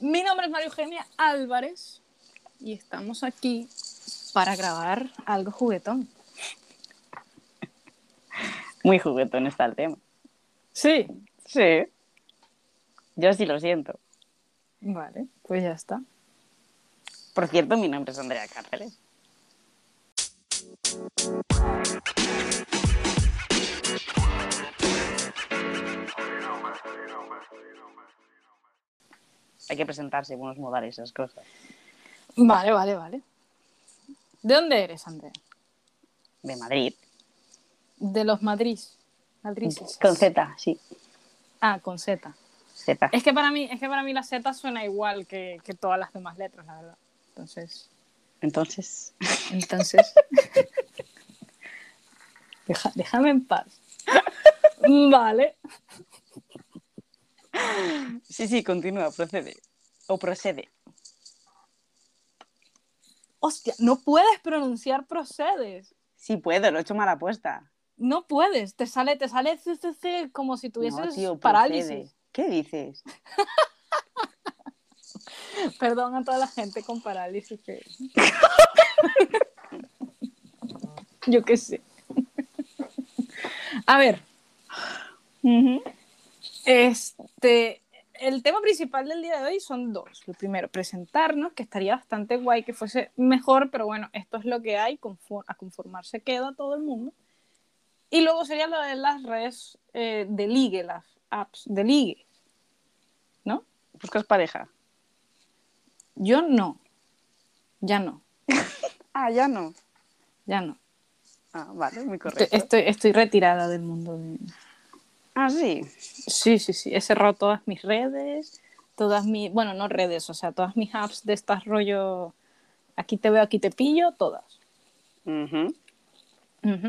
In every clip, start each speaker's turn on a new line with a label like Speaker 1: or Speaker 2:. Speaker 1: Mi nombre es María Eugenia Álvarez y estamos aquí para grabar algo juguetón.
Speaker 2: Muy juguetón está el tema.
Speaker 1: Sí.
Speaker 2: Sí. Yo sí lo siento.
Speaker 1: Vale, pues ya está.
Speaker 2: Por cierto, mi nombre es Andrea Cárceles. Hay que presentarse, buenos modales, esas cosas.
Speaker 1: Vale, vale, vale. ¿De dónde eres, Andrea?
Speaker 2: De Madrid.
Speaker 1: De los Madrid. Madrices.
Speaker 2: Con Z, sí.
Speaker 1: Ah, con Z.
Speaker 2: Z.
Speaker 1: Es que para mí, es que para mí la Z suena igual que, que todas las demás letras, la verdad. Entonces,
Speaker 2: Entonces,
Speaker 1: entonces. Deja- déjame en paz. Vale.
Speaker 2: sí, sí, continúa, procede. O procede.
Speaker 1: Hostia, no puedes pronunciar procedes.
Speaker 2: Sí puedo, lo he hecho mala apuesta.
Speaker 1: No puedes, te sale, te sale c- c- c- como si tuvieses
Speaker 2: No, tío,
Speaker 1: parálisis.
Speaker 2: procede. ¿Qué dices?
Speaker 1: Perdón a toda la gente con parálisis. que- Yo qué sé. A ver, este, el tema principal del día de hoy son dos. Lo primero, presentarnos, que estaría bastante guay que fuese mejor, pero bueno, esto es lo que hay, confo- a conformarse queda todo el mundo. Y luego sería lo de las redes eh, de ligue, las apps de ligue. ¿No?
Speaker 2: Buscas pareja.
Speaker 1: Yo no. Ya no.
Speaker 2: Ah, ya no.
Speaker 1: Ya no.
Speaker 2: Ah, vale, muy
Speaker 1: Estoy,
Speaker 2: correcto.
Speaker 1: estoy, estoy retirada del mundo. de-
Speaker 2: Ah, sí.
Speaker 1: Sí, sí, sí. He cerrado todas mis redes, todas mis. Bueno, no redes, o sea, todas mis apps de estas rollo. Aquí te veo, aquí te pillo, todas.
Speaker 2: Ujú.
Speaker 1: Ujú.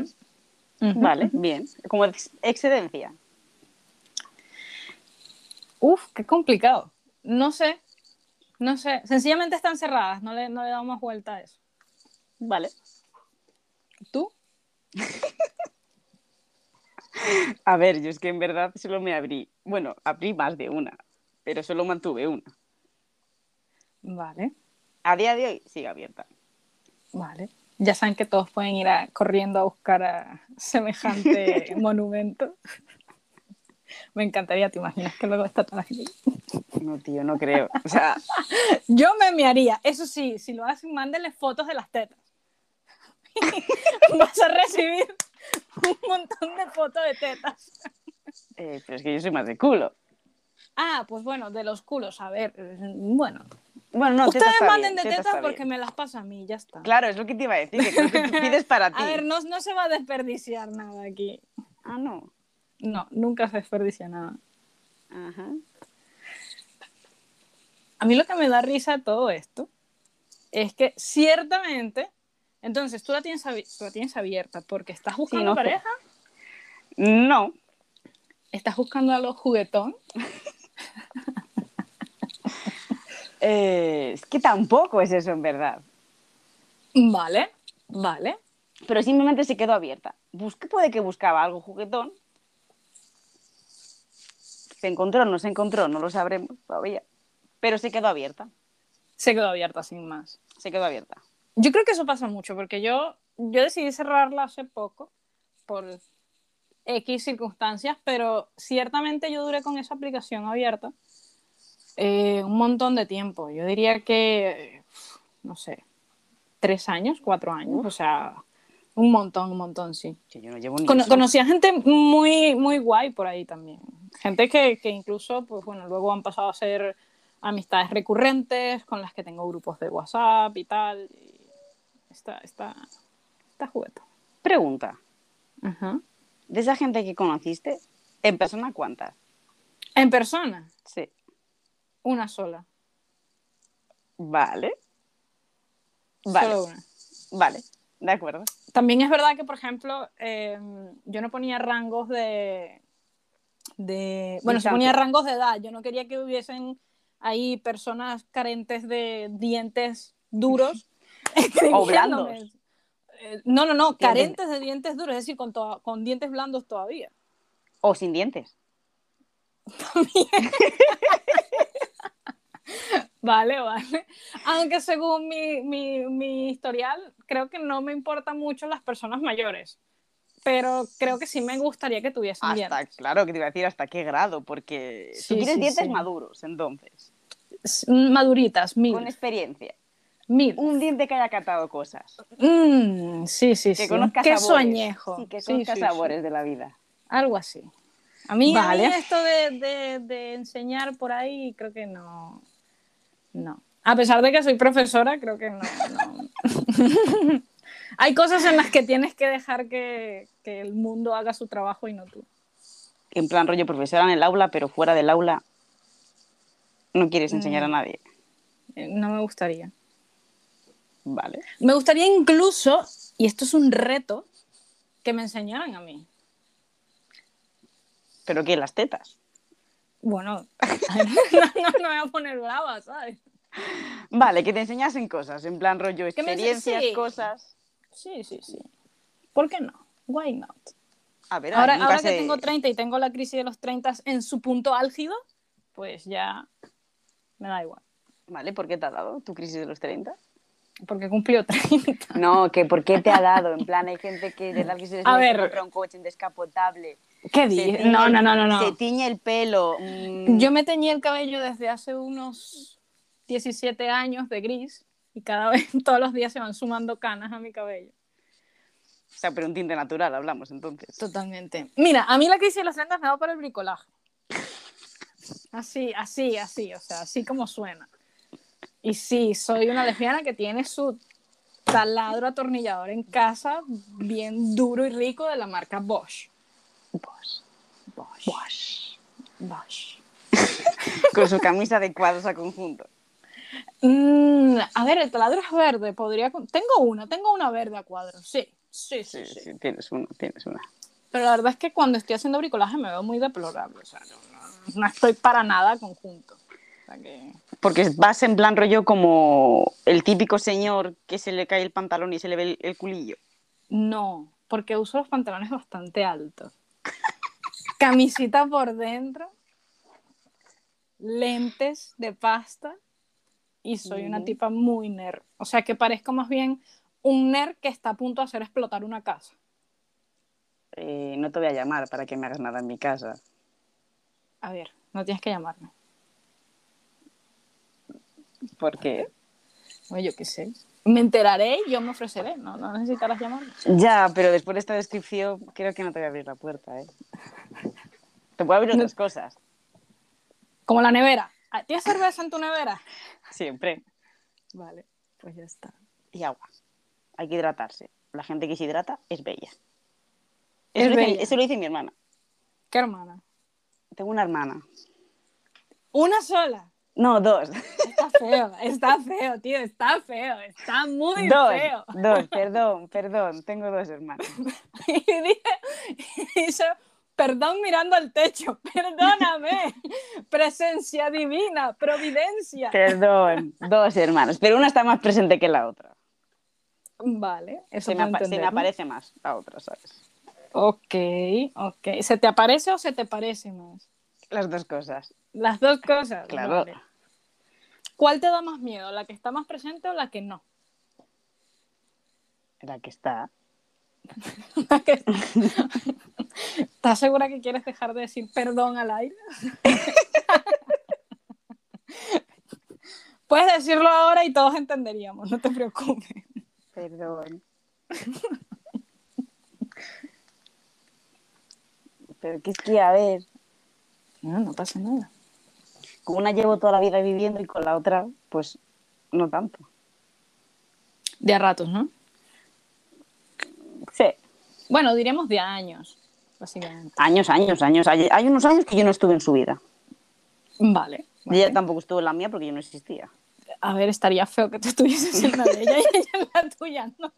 Speaker 1: Ujú.
Speaker 2: Vale, bien. Como ex- excedencia.
Speaker 1: Uf, qué complicado. No sé. No sé. Sencillamente están cerradas. No le, no le he dado más vuelta a eso.
Speaker 2: Vale.
Speaker 1: ¿Tú?
Speaker 2: A ver, yo es que en verdad solo me abrí. Bueno, abrí más de una, pero solo mantuve una.
Speaker 1: Vale,
Speaker 2: A día de hoy sigue abierta.
Speaker 1: vale. Ya saben que todos pueden ir a- corriendo a buscar a semejante monumento. Me encantaría, te imaginas que luego está toda la gente.
Speaker 2: No, tío, no creo. O sea,
Speaker 1: Yo me mearía, eso sí, si lo hacen, mándenle fotos de las tetas. Vas a recibir un montón de fotos de tetas.
Speaker 2: eh, pero es que yo soy más de culo.
Speaker 1: Ah, pues bueno, de los culos, a ver, eh, bueno.
Speaker 2: Bueno, no, teta
Speaker 1: Ustedes
Speaker 2: está
Speaker 1: manden
Speaker 2: bien,
Speaker 1: de
Speaker 2: teta
Speaker 1: tetas
Speaker 2: está
Speaker 1: porque
Speaker 2: bien.
Speaker 1: me las paso a mí, ya está.
Speaker 2: Claro, es lo que te iba a decir, que creo que tú pides para ti.
Speaker 1: A ver, no, no se va a desperdiciar nada aquí.
Speaker 2: Ah, no.
Speaker 1: No, nunca se desperdicia nada.
Speaker 2: Ajá.
Speaker 1: A mí lo que me da risa de todo esto es que ciertamente, entonces tú la tienes, abi- tú la tienes abierta porque estás buscando
Speaker 2: no sé.
Speaker 1: pareja,
Speaker 2: No,
Speaker 1: estás buscando a los juguetón.
Speaker 2: eh, es que tampoco es eso en verdad.
Speaker 1: Vale, vale.
Speaker 2: Pero simplemente se quedó abierta. Busqué, puede que buscaba algo juguetón. Se encontró, no se encontró, no lo sabremos todavía. Pero se quedó abierta.
Speaker 1: Se quedó abierta sin más.
Speaker 2: Se quedó abierta.
Speaker 1: Yo creo que eso pasa mucho porque yo, yo decidí cerrarla hace poco por X circunstancias, pero ciertamente yo duré con esa aplicación abierta eh, un montón de tiempo. Yo diría que, uf, no sé, tres años, cuatro años, o sea, un montón, un montón, sí.
Speaker 2: Que yo no llevo ni
Speaker 1: Cono-
Speaker 2: eso.
Speaker 1: conocí a gente muy, muy guay por ahí también. Gente que, que incluso, pues bueno, luego han pasado a ser amistades recurrentes con las que tengo grupos de WhatsApp y tal. Y está, está, está jugueta.
Speaker 2: Pregunta.
Speaker 1: Ajá.
Speaker 2: De esa gente que conociste, ¿en persona cuántas?
Speaker 1: En persona,
Speaker 2: Sí.
Speaker 1: una sola.
Speaker 2: Vale. Vale.
Speaker 1: Solo una.
Speaker 2: Vale. De acuerdo.
Speaker 1: También es verdad que, por ejemplo, eh, yo no ponía rangos de. de bueno, se
Speaker 2: Distancia.
Speaker 1: ponía rangos de edad. Yo no quería que hubiesen ahí personas carentes de dientes duros.
Speaker 2: O
Speaker 1: escribiéndome.
Speaker 2: blandos.
Speaker 1: Eh, no, no, no,
Speaker 2: Dientes-
Speaker 1: carentes de dientes duros, es decir, con, to- con dientes blandos todavía.
Speaker 2: O sin dientes.
Speaker 1: Vale, vale. Aunque según mi, mi, mi historial, creo que no me importan mucho las personas mayores. Pero creo que sí me gustaría que tuviesen
Speaker 2: Hasta,
Speaker 1: dientes.
Speaker 2: claro, que te iba a decir hasta qué grado, porque
Speaker 1: Sí,
Speaker 2: tú quieres
Speaker 1: sí,
Speaker 2: dientes
Speaker 1: sí.
Speaker 2: maduros, entonces,
Speaker 1: S- mm, Maduritas, mil.
Speaker 2: con experiencia.
Speaker 1: mil.
Speaker 2: Un diente que haya catado cosas,
Speaker 1: Mm, sí, sí,
Speaker 2: que
Speaker 1: sí.
Speaker 2: conozca
Speaker 1: Queso
Speaker 2: sabores.
Speaker 1: añejo.
Speaker 2: Sí, que
Speaker 1: Sí,
Speaker 2: conozca
Speaker 1: sí, sí.
Speaker 2: sabores de la vida.
Speaker 1: Algo así. A mí, a mí
Speaker 2: Vale.
Speaker 1: esto de, de- de enseñar por ahí, creo que no. No. A pesar de que soy profesora, creo que no. no. Hay cosas en las que tienes que dejar que, que el mundo haga su trabajo y no tú.
Speaker 2: En plan rollo profesora en el aula, pero fuera del aula no quieres enseñar a
Speaker 1: Mm.
Speaker 2: nadie.
Speaker 1: Eh, No me gustaría.
Speaker 2: Vale.
Speaker 1: Me gustaría incluso, y esto es un reto, que me enseñaran a mí.
Speaker 2: ¿Pero qué? ¿Las tetas?
Speaker 1: Bueno, no, no, no me voy a poner brava, ¿sabes?
Speaker 2: Vale, que te enseñasen cosas, en plan rollo
Speaker 1: Que me ense-
Speaker 2: experiencias,
Speaker 1: sí.
Speaker 2: cosas.
Speaker 1: Sí, sí, sí. ¿Por qué no? Why not?
Speaker 2: A ver,
Speaker 1: Ahora,
Speaker 2: nunca
Speaker 1: ahora
Speaker 2: se-
Speaker 1: que tengo 30 y tengo la crisis de los 30 en su punto álgido, pues ya me da igual,
Speaker 2: Vale, ¿por qué te ha dado tu crisis de los 30?
Speaker 1: porque cumplió 30.
Speaker 2: No, que ¿por qué te ha dado? En plan, hay gente que de la crisis de los
Speaker 1: A
Speaker 2: 30
Speaker 1: ver.
Speaker 2: compra un coche indescapotable.
Speaker 1: ¿Qué
Speaker 2: se
Speaker 1: dices?
Speaker 2: tiñe
Speaker 1: No,
Speaker 2: el-
Speaker 1: no, no, no,
Speaker 2: Se
Speaker 1: no.
Speaker 2: tiñe el pelo. mm,
Speaker 1: Yo me teñí el cabello desde hace unos 17 años de gris y cada vez, todos los días se van sumando canas a mi cabello.
Speaker 2: O sea, pero un tinte natural hablamos entonces.
Speaker 1: Totalmente. Mira, a mí la crisis de los 30 me ha dado para el bricolaje. Así, así, así, o sea, así como suena. Y sí, soy una lesbiana que tiene su taladro atornillador en casa, bien duro y rico de la marca Bosch. Pues, Bosch. Bosch.
Speaker 2: Con su camisa de cuadros a conjunto.
Speaker 1: Mm, a ver, el taladro es verde, podría... con- Tengo una, tengo una verde a cuadro, sí. Sí, sí,
Speaker 2: Sí,
Speaker 1: sí.
Speaker 2: sí, tienes una, tienes una.
Speaker 1: Pero la verdad es que cuando estoy haciendo bricolaje me veo muy deplorable, o sea, no, no- no estoy para nada conjunto. O sea que...
Speaker 2: Porque vas en plan rollo como el típico señor que se le cae el pantalón y se le ve el, el culillo.
Speaker 1: No, porque uso los pantalones bastante altos. Camisita por dentro, lentes de pasta y soy una
Speaker 2: Ujú.
Speaker 1: tipa muy nerd. O sea que parezco más bien un nerd que está a punto de hacer explotar una casa.
Speaker 2: Eh, no te voy a llamar para que me hagas nada en mi casa.
Speaker 1: A ver, no tienes que llamarme.
Speaker 2: Porque
Speaker 1: Oye, yo qué sé. Me enteraré y yo me ofreceré. No, no necesitarás llamarme.
Speaker 2: ya, pero después de esta descripción creo que no te voy a abrir la puerta, ¿eh? Te puedo abrir otras cosas,
Speaker 1: Como la nevera. Ah, ¿Tienes cerveza en tu nevera?
Speaker 2: siempre.
Speaker 1: Vale, pues ya está.
Speaker 2: Y agua. Hay que hidratarse. La gente que se hidrata es bella.
Speaker 1: Es
Speaker 2: Eso, lo, dice,
Speaker 1: bella.
Speaker 2: eso lo dice mi hermana.
Speaker 1: ¿Qué hermana?
Speaker 2: Tengo una hermana.
Speaker 1: Una sola.
Speaker 2: No, dos.
Speaker 1: Está feo, está feo, tío, está feo, está muy
Speaker 2: dos,
Speaker 1: feo.
Speaker 2: dos, perdón, perdón. Tengo dos hermanas.
Speaker 1: Y dije, y yo, perdón mirando al techo, perdóname, presencia divina, providencia.
Speaker 2: Perdón, dos hermanas. Pero una está más presente que la otra.
Speaker 1: Vale, eso
Speaker 2: Se me,
Speaker 1: puedo
Speaker 2: apa- se me
Speaker 1: entenderlo.
Speaker 2: aparece más la otra, ¿sabes?
Speaker 1: Ok, ok. ¿Se te aparece o se te parece más?
Speaker 2: Las dos cosas.
Speaker 1: Las dos cosas.
Speaker 2: Claro.
Speaker 1: vale. ¿Cuál te da más miedo, la que está más presente o la que no?
Speaker 2: La que está.
Speaker 1: La que- ¿Estás segura que quieres dejar de decir perdón al aire? Puedes decirlo ahora y todos entenderíamos, no te preocupes.
Speaker 2: Perdón. Pero que es que, a ver,
Speaker 1: No, no pasa nada.
Speaker 2: con una llevo toda la vida viviendo y con la otra, pues no tanto.
Speaker 1: De a ratos, ¿no?
Speaker 2: Sí.
Speaker 1: Bueno, diremos de años, básicamente.
Speaker 2: Años, años, años. Hay, hay unos años que yo no estuve en su vida.
Speaker 1: Vale.
Speaker 2: Y Ella tampoco estuvo en la mía porque yo no existía.
Speaker 1: A ver, estaría feo que tú estuvieses en la de ella y ella en la tuya, no.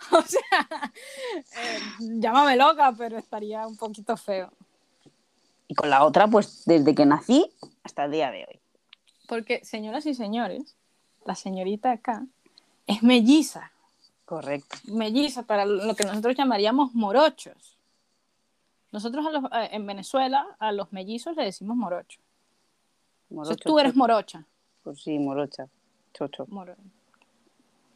Speaker 1: O sea, eh, llámame loca, pero estaría un poquito feo.
Speaker 2: Y con la otra, pues desde que nací hasta el día de hoy.
Speaker 1: Porque, señoras y señores, la señorita acá es melliza.
Speaker 2: Correcto.
Speaker 1: mellizas, para lo que nosotros llamaríamos morochos. Nosotros a los- eh, en Venezuela a los mellizos le decimos morocho. Entonces, tú eres morocha.
Speaker 2: Pues sí, morocha. Chocho.
Speaker 1: Moro-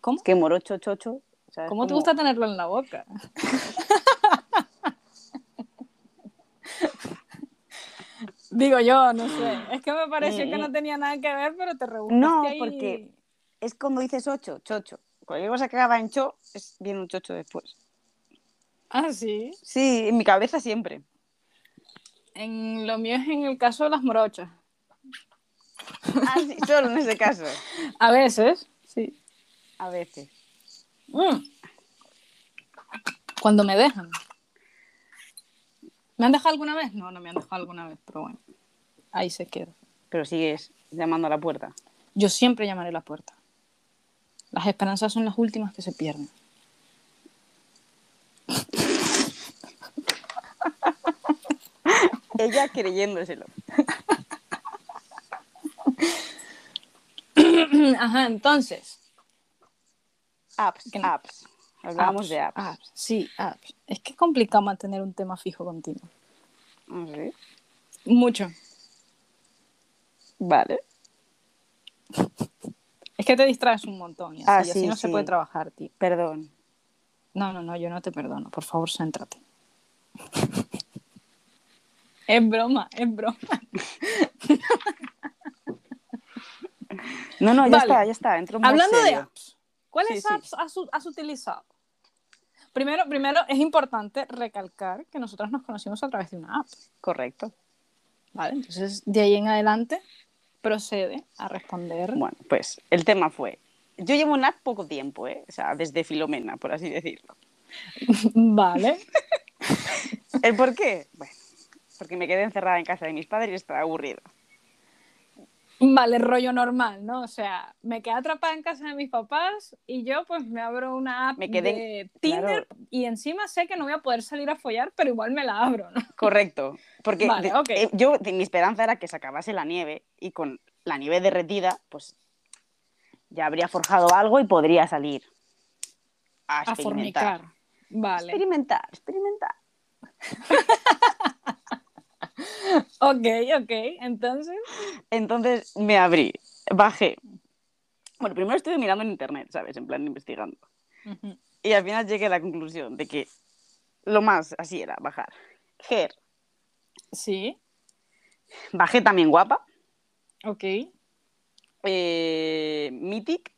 Speaker 1: ¿Cómo?
Speaker 2: Es que morocho, chocho. o sea, es
Speaker 1: ¿Cómo te
Speaker 2: como-
Speaker 1: gusta tenerlo en la boca? Digo yo, no sé. Es que me pareció que no tenía nada que ver, pero te rebuscaste
Speaker 2: Eh, No,
Speaker 1: ahí.
Speaker 2: porque- Es cuando dices ocho, chocho. Cualquier cosa que acaba en cho, es, viene un chocho después.
Speaker 1: Ah, sí.
Speaker 2: Sí, en mi cabeza siempre.
Speaker 1: En lo mío es en el caso de las morochas.
Speaker 2: Ah, sí, solo en ese caso.
Speaker 1: A veces, sí.
Speaker 2: A veces.
Speaker 1: Mm. Cuando me dejan. ¿Me han dejado alguna vez? No, no me han dejado alguna vez, pero bueno. Ahí se queda.
Speaker 2: Pero sigues llamando a la puerta.
Speaker 1: Yo siempre llamaré a la puerta. Las esperanzas son las últimas que se pierden.
Speaker 2: Ella creyéndoselo.
Speaker 1: Ajá, entonces.
Speaker 2: Apps,
Speaker 1: Que no. Ah.
Speaker 2: apps. Hablábamos de apps.
Speaker 1: Sí, apps. Es que es complicado mantener un tema fijo continuo.
Speaker 2: Ah, sí.
Speaker 1: Mucho.
Speaker 2: Vale.
Speaker 1: Es que te distraes un montón y así,
Speaker 2: Ah,
Speaker 1: y así
Speaker 2: sí,
Speaker 1: no se
Speaker 2: sí.
Speaker 1: puede trabajar, tío.
Speaker 2: Perdón.
Speaker 1: No, no, no, yo no te perdono. Por favor, céntrate. es broma, es broma.
Speaker 2: No, no, ya
Speaker 1: Vale.
Speaker 2: está, ya está. Entro muy
Speaker 1: Hablando de
Speaker 2: serio.
Speaker 1: apps, ¿cuáles
Speaker 2: Sí, sí.
Speaker 1: apps has, u- has utilizado? Primero, primero, es importante recalcar que nosotras nos conocimos a través de una app,
Speaker 2: Correcto.
Speaker 1: ¿vale? Entonces, de ahí en adelante, procede a responder.
Speaker 2: Bueno, pues el tema fue. Yo llevo una app poco tiempo, ¿eh? O sea, desde Filomena, por así decirlo.
Speaker 1: Vale.
Speaker 2: ¿El por qué? Bueno, porque me quedé encerrada en casa de mis padres y estaba aburrida.
Speaker 1: Vale, rollo normal, ¿no? O sea, me quedé atrapada en casa de mis papás y yo pues me abro una app
Speaker 2: Me quedé-
Speaker 1: de Tinder y encima sé que no voy a poder salir a follar, pero igual me la abro, ¿no?
Speaker 2: Correcto. Porque
Speaker 1: Vale,
Speaker 2: de-
Speaker 1: ok.
Speaker 2: eh, yo, de- mi esperanza era que se acabase la nieve y con la nieve derretida, pues ya habría forjado algo y podría salir a
Speaker 1: A
Speaker 2: experimentar.
Speaker 1: fornicar. Vale.
Speaker 2: Experimentar, experimentar.
Speaker 1: Ok, ok. Entonces,
Speaker 2: Entonces me abrí, bajé. Bueno, primero estuve mirando en internet, ¿sabes? En plan investigando.
Speaker 1: ujú,
Speaker 2: Y al final llegué a la conclusión de que lo más así era bajar. Ger.
Speaker 1: sí,
Speaker 2: Bajé también guapa.
Speaker 1: ok.
Speaker 2: eh, Mythic.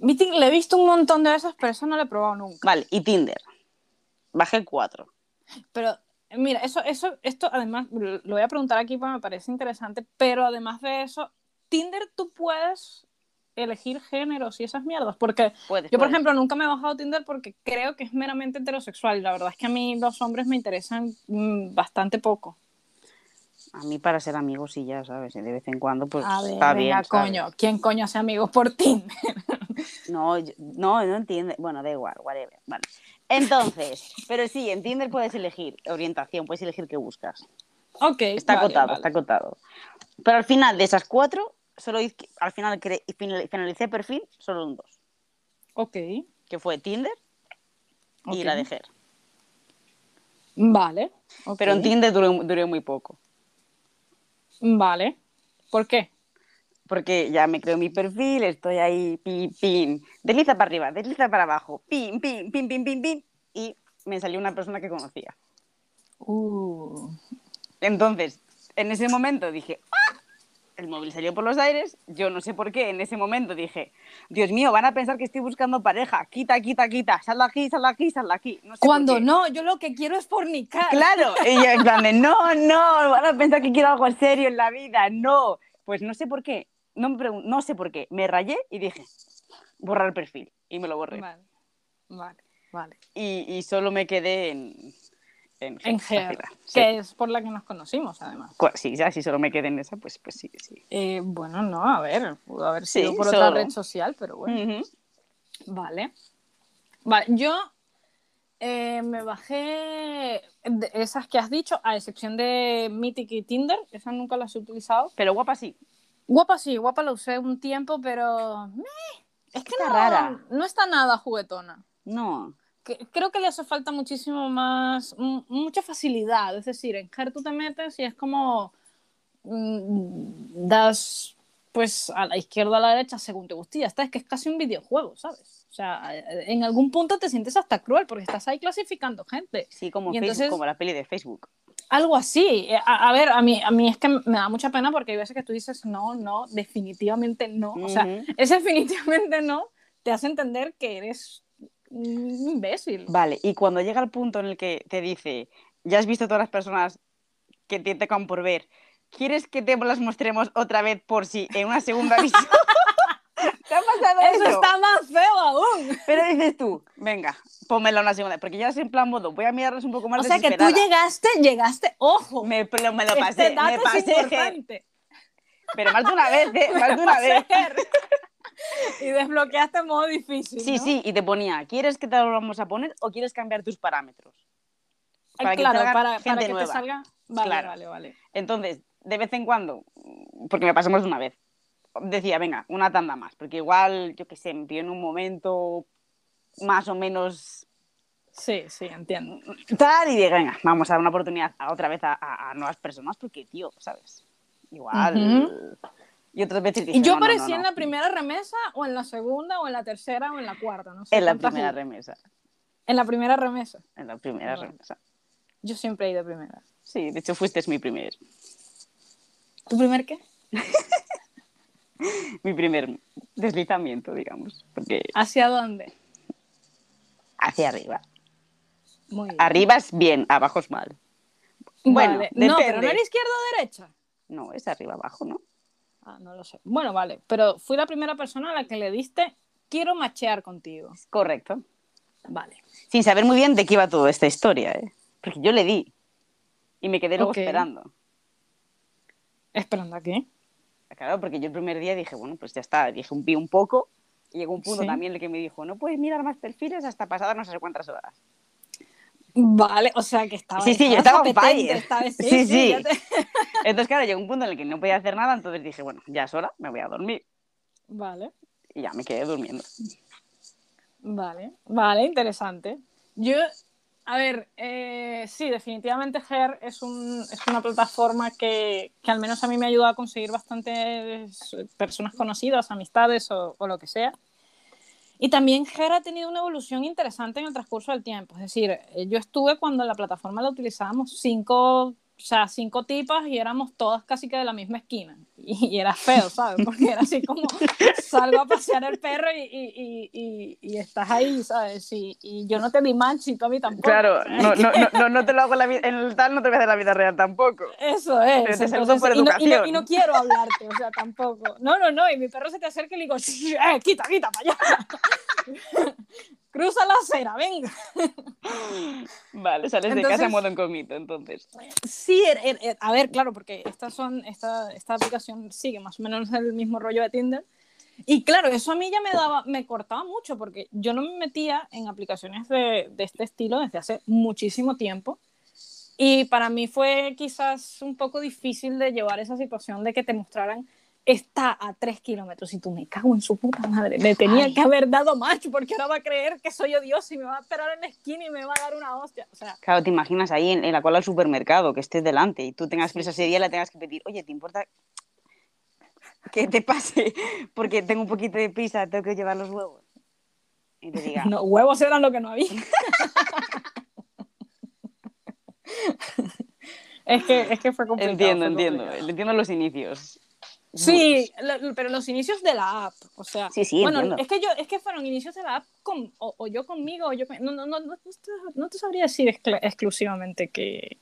Speaker 1: Mythic le he visto un montón de veces, pero eso no lo he probado nunca.
Speaker 2: Vale, y Tinder. Bajé cuatro.
Speaker 1: Pero eh, mira, eso, eso, esto además, lo lo voy a preguntar aquí porque me parece interesante, pero además de eso, Tinder tú puedes elegir géneros y esas mierdas, porque
Speaker 2: Puedes,
Speaker 1: yo, por
Speaker 2: puedes.
Speaker 1: ejemplo, nunca me he bajado Tinder porque creo que es meramente heterosexual y la verdad es que a mí los hombres me interesan mm, bastante poco.
Speaker 2: A mí para ser amigos y ya, ¿sabes? De vez en cuando, pues
Speaker 1: A ver,
Speaker 2: está
Speaker 1: venga,
Speaker 2: bien. ¿sabes?
Speaker 1: coño, ¿quién coño hace amigos por Tinder?
Speaker 2: No, yo- no, no entiende. Bueno, da igual, whatever. Vale. Entonces, pero sí, en Tinder puedes elegir orientación, puedes elegir qué buscas.
Speaker 1: Ok,
Speaker 2: Está
Speaker 1: vale,
Speaker 2: acotado,
Speaker 1: vale.
Speaker 2: está acotado. Pero al final de esas cuatro, solo hice- al final cre- final- finalicé perfil solo en dos,
Speaker 1: Ok,
Speaker 2: que fue Tinder y
Speaker 1: Ok.
Speaker 2: la de Ger.
Speaker 1: vale.
Speaker 2: Pero en
Speaker 1: ok,
Speaker 2: Tinder duré, duré muy poco,
Speaker 1: Vale. ¿Por qué?
Speaker 2: porque ya me creo mi perfil, estoy ahí, pin, pin, desliza para arriba, desliza para abajo, pin, pin, pin, pin, pin, pin, y me salió una persona que conocía.
Speaker 1: Uh,
Speaker 2: Entonces, en ese momento dije, ¡ah! el móvil salió por los aires, yo no sé por qué, en ese momento dije, Dios mío, van a pensar que estoy buscando pareja, quita, quita, quita, sal de aquí, sal de aquí, sal de aquí. No sé por
Speaker 1: Cuando
Speaker 2: qué.
Speaker 1: no, yo lo que quiero es fornicar.
Speaker 2: Claro, y yo en plan de, no, no, van a pensar que quiero algo serio en la vida, no. Pues no sé por qué, no, me pregun- no sé por qué, me rayé y dije, borrar perfil, y me lo borré.
Speaker 1: Vale, vale, vale.
Speaker 2: Y, y solo me quedé en... En,
Speaker 1: En
Speaker 2: Ger,
Speaker 1: Ger,
Speaker 2: sí.
Speaker 1: que es por la que nos conocimos, además.
Speaker 2: Cu- Sí, ya, si solo me quedé en esa, pues, pues sí, sí.
Speaker 1: Eh, bueno, no, a ver, pudo haber
Speaker 2: Sí,
Speaker 1: sido por
Speaker 2: solo.
Speaker 1: otra red social, pero bueno.
Speaker 2: Ujú.
Speaker 1: Vale. Vale, yo eh, me bajé de esas que has dicho, a excepción de Mythic y Tinder, esas nunca las he utilizado.
Speaker 2: Pero guapa sí.
Speaker 1: Guapa sí, guapa la usé un tiempo, pero... meh, es que
Speaker 2: Está
Speaker 1: no,
Speaker 2: rara.
Speaker 1: no está nada juguetona.
Speaker 2: No.
Speaker 1: que- creo que le hace falta muchísimo más, m- mucha facilidad. Es decir, en Ger tú te metes y es como mm, das pues a la izquierda o a la derecha según te guste. Esta es que es casi un videojuego, ¿sabes? O sea, eh, en algún punto te sientes hasta cruel porque estás ahí clasificando gente.
Speaker 2: Sí, como,
Speaker 1: Y
Speaker 2: Facebook,
Speaker 1: entonces-
Speaker 2: como la peli de Facebook.
Speaker 1: Algo así. Eh, A, a ver, a mí, a mí es que me da mucha pena porque hay veces que tú dices, no, no, definitivamente no. O sea,
Speaker 2: Ujú.
Speaker 1: ese definitivamente no te hace entender que eres un imbécil.
Speaker 2: Vale, y cuando llega el punto en el que te dice, ya has visto todas las personas que te tocan por ver, ¿quieres que te las mostremos otra vez por si en una segunda visión? ¿Te ha pasado eso?
Speaker 1: Eso está más feo aún.
Speaker 2: Pero dices tú, venga, pónmela una segunda, porque ya es en plan modo, voy a mirarlas un poco más
Speaker 1: O sea que tú
Speaker 2: desesperada.
Speaker 1: llegaste, llegaste, ojo.
Speaker 2: Me, pero me lo
Speaker 1: este
Speaker 2: pasé,
Speaker 1: dato
Speaker 2: me
Speaker 1: es
Speaker 2: pasé, je.
Speaker 1: importante.
Speaker 2: pero más de una vez, eh, más de una vez.
Speaker 1: y desbloqueaste modo difícil.
Speaker 2: Sí,
Speaker 1: ¿no?
Speaker 2: sí, y te ponía, ¿quieres que te lo vamos a poner o quieres cambiar tus parámetros?
Speaker 1: Ay,
Speaker 2: Para que
Speaker 1: claro,
Speaker 2: salga
Speaker 1: para, para
Speaker 2: gente
Speaker 1: que te
Speaker 2: nueva.
Speaker 1: salga. Vale,
Speaker 2: Claro.
Speaker 1: vale, vale.
Speaker 2: Entonces, de vez en cuando, porque me pasamos de una vez, decía, venga, una tanda más, porque igual, yo qué sé, me pilló en un momento más o menos
Speaker 1: Sí, sí, entiendo.
Speaker 2: tal, y dije, venga, vamos a dar una oportunidad a otra vez a, a- a nuevas personas, porque, tío, ¿sabes? Igual. Y otras veces dije,
Speaker 1: Y yo
Speaker 2: "No, no, no,
Speaker 1: aparecí en
Speaker 2: no".
Speaker 1: la primera remesa, o en la segunda, o en la tercera, o en la cuarta, no sé.
Speaker 2: En la
Speaker 1: cuántas
Speaker 2: primera
Speaker 1: hubo.
Speaker 2: remesa.
Speaker 1: En la primera remesa.
Speaker 2: En la primera
Speaker 1: Bueno.
Speaker 2: remesa.
Speaker 1: Yo siempre he ido primera.
Speaker 2: Sí, de hecho, fuiste mi primer,
Speaker 1: ¿Tu primer qué?
Speaker 2: mi primer deslizamiento, digamos, porque
Speaker 1: ¿Hacia dónde?
Speaker 2: hacia arriba.
Speaker 1: Muy bien.
Speaker 2: Arriba es bien, abajo es mal. bueno,
Speaker 1: Vale. No, pero
Speaker 2: depende.
Speaker 1: no era izquierda o derecha.
Speaker 2: No, es arriba, abajo, ¿no?
Speaker 1: Ah, no lo sé. Bueno, vale. Pero fui la primera persona a la que le diste, quiero machear contigo.
Speaker 2: Correcto.
Speaker 1: Vale.
Speaker 2: Sin saber muy bien de qué iba toda esta historia, ¿eh? Porque yo le di y me quedé luego
Speaker 1: Ok.
Speaker 2: esperando.
Speaker 1: Esperando aquí.
Speaker 2: Claro, porque yo el primer día dije, bueno, pues ya está, dije un pi un poco. Y llegó un punto
Speaker 1: Sí.
Speaker 2: también en el que me dijo, no puedes mirar más perfiles hasta pasadas no sé cuántas horas.
Speaker 1: Vale, o sea que estaba.
Speaker 2: Sí, sí, yo
Speaker 1: estabas
Speaker 2: estaba on
Speaker 1: apetente,
Speaker 2: fire.
Speaker 1: estabas- Sí, sí.
Speaker 2: Sí, sí.
Speaker 1: ya te-
Speaker 2: Entonces, claro, llegó un punto en el que no podía hacer nada, entonces dije, bueno, ya es hora, me voy a dormir.
Speaker 1: Vale,
Speaker 2: Y ya me quedé durmiendo.
Speaker 1: vale, vale, interesante. Yo, a ver, eh, sí, definitivamente Her es, un, es una plataforma que, que al menos a mí me ha ayudado a conseguir bastantes personas conocidas, amistades o, o lo que sea. Y también Her ha tenido una evolución interesante en el transcurso del tiempo. Es decir, eh, yo estuve cuando la plataforma la utilizábamos cinco, o sea, cinco tipas y éramos todas casi que de la misma esquina. Y, y era feo, ¿sabes? Porque era así como salgo a pasear el perro y, y- y- y- y estás ahí, ¿sabes? Y, y yo no te di match y tú a mí tampoco.
Speaker 2: Claro,
Speaker 1: ¿sabes?
Speaker 2: no, no, no, no, no te lo hago en, la vi- en el tal, no te voy a hacer la vida real tampoco.
Speaker 1: Eso es.
Speaker 2: Pero te saludo
Speaker 1: entonces,
Speaker 2: por
Speaker 1: y, no, y no- y
Speaker 2: educación.
Speaker 1: no quiero hablarte, o sea, tampoco. No, no, no. Y mi perro se te acerca y le digo, "Shh, eh, quita, quita, para allá. Cruza la acera, venga.
Speaker 2: Vale, sales de
Speaker 1: Entonces-
Speaker 2: casa en modo incógnito, entonces.
Speaker 1: Sí, er- er- er- a ver, claro, porque estas son, esta, esta aplicación sigue más o menos el mismo rollo de Tinder. Y claro, eso a mí ya me daba, me cortaba mucho, porque yo no me metía en aplicaciones de, de este estilo desde hace muchísimo tiempo. Y para mí fue quizás un poco difícil de llevar esa situación de que te mostraran está a tres kilómetros y tú me cago en su puta madre. Le tenía
Speaker 2: Ay.
Speaker 1: que haber dado macho porque ahora va a creer que soy odioso y me va a esperar en la esquina y me va a dar una hostia. O sea,
Speaker 2: Claro, te imaginas ahí en, en la cola del supermercado, que estés delante y tú tengas prisa ese día y la tengas que pedir, oye, ¿te importa que te pase? Porque tengo un poquito de prisa, tengo que llevar los huevos. Y te diga,
Speaker 1: No, huevos eran lo que no había. es, que, es que fue complicado.
Speaker 2: entiendo,
Speaker 1: fue
Speaker 2: entiendo,
Speaker 1: complicado.
Speaker 2: entiendo los inicios.
Speaker 1: Sí, lo- lo- pero los inicios de la app, o sea,
Speaker 2: Sí, sí,
Speaker 1: bueno,
Speaker 2: entiendo.
Speaker 1: es que yo, es que fueron inicios de la app con, o, o yo conmigo, o yo con- no, no, no, no, te, no te sabría decir exclu- exclusivamente que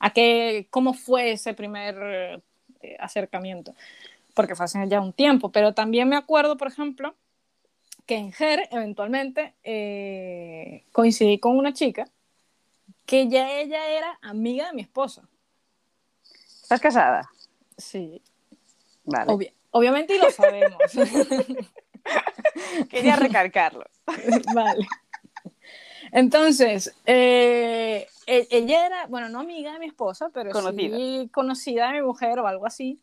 Speaker 1: a qué, cómo fue ese primer eh, acercamiento, porque fue hace ya un tiempo, pero también me acuerdo, por ejemplo, que en GER eventualmente eh, coincidí con una chica que ya ella era amiga de mi esposa.
Speaker 2: ¿Estás casada?
Speaker 1: Sí,
Speaker 2: Vale.
Speaker 1: obvi- obviamente y lo sabemos.
Speaker 2: Quería recalcarlo.
Speaker 1: vale. Entonces, eh, e- ella era, bueno, no amiga de mi esposa, pero sí
Speaker 2: Conocida.
Speaker 1: conocida de mi mujer o algo así.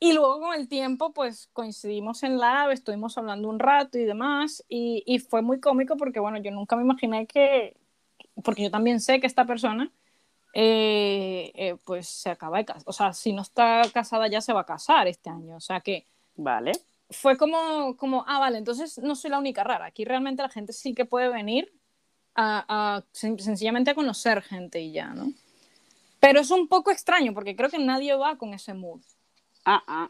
Speaker 1: Y luego con el tiempo, pues coincidimos en la AVE, estuvimos hablando un rato y demás, y, y fue muy cómico porque, bueno, yo nunca me imaginé que, porque yo también sé que esta persona eh, eh, pues se acaba de casar. O sea, si no está casada ya se va a casar este año. O sea que
Speaker 2: Vale.
Speaker 1: fue como, como ah, vale, entonces no soy la única rara. Aquí realmente la gente sí que puede venir a, a sen- sencillamente a conocer gente y ya, ¿no? Pero es un poco extraño porque creo que nadie va con ese mood.
Speaker 2: Ah, ah.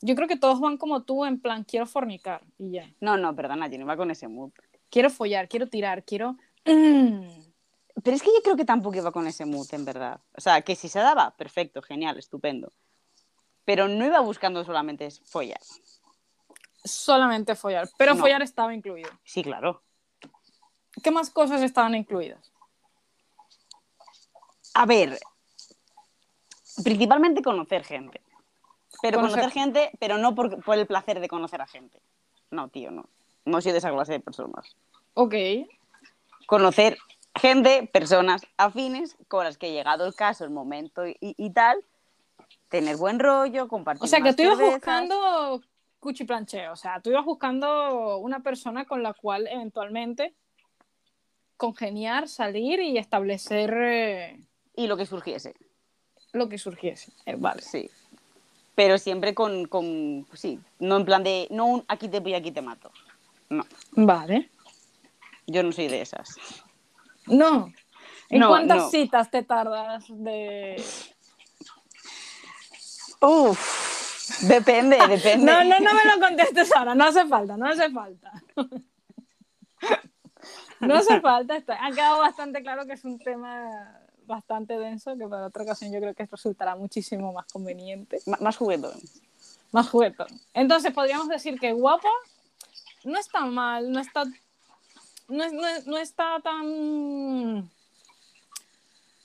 Speaker 1: Yo creo que todos van como tú en plan, quiero fornicar y ya.
Speaker 2: No, no, perdona, yo no iba con ese mood.
Speaker 1: Quiero follar, quiero tirar, quiero... Mm.
Speaker 2: Pero es que yo creo que tampoco iba con ese mood, en verdad. O sea, que si se daba, perfecto, genial, estupendo. Pero no iba buscando solamente follar.
Speaker 1: Solamente follar, pero
Speaker 2: No.
Speaker 1: follar estaba incluido.
Speaker 2: Sí, claro.
Speaker 1: ¿Qué más cosas estaban incluidas?
Speaker 2: A ver, principalmente conocer gente. Pero
Speaker 1: Conocer-
Speaker 2: conocer, gente, pero no por, por el placer de conocer a gente. No, tío, no. No soy de esa clase de personas.
Speaker 1: Ok,
Speaker 2: Conocer gente, personas afines con las que llegado el caso, el momento y, y tal, tener buen rollo, compartir.
Speaker 1: o sea que
Speaker 2: unas
Speaker 1: tú ibas
Speaker 2: cervezas.
Speaker 1: buscando cuchiplancheo, o sea, tú ibas buscando una persona con la cual eventualmente congeniar, salir y establecer eh,
Speaker 2: Y lo que surgiese,
Speaker 1: lo que surgiese. Eh, vale.
Speaker 2: sí. Pero siempre con, con- pues Sí, no en plan de. No un aquí te pillo, aquí te mato. No,
Speaker 1: Vale.
Speaker 2: yo no soy de esas.
Speaker 1: No. ¿En
Speaker 2: No,
Speaker 1: cuántas
Speaker 2: no.
Speaker 1: citas te tardas de...?
Speaker 2: Uf, depende, depende.
Speaker 1: No, no, no me lo contestes ahora, no hace falta, no hace falta. No hace falta, está, ha quedado bastante claro que es un tema bastante denso, que para otra ocasión yo creo que resultará muchísimo más conveniente,
Speaker 2: M- más juguetón.
Speaker 1: más juguetón. Entonces podríamos decir que guapa no está mal, no está, no, es- no es- no está tan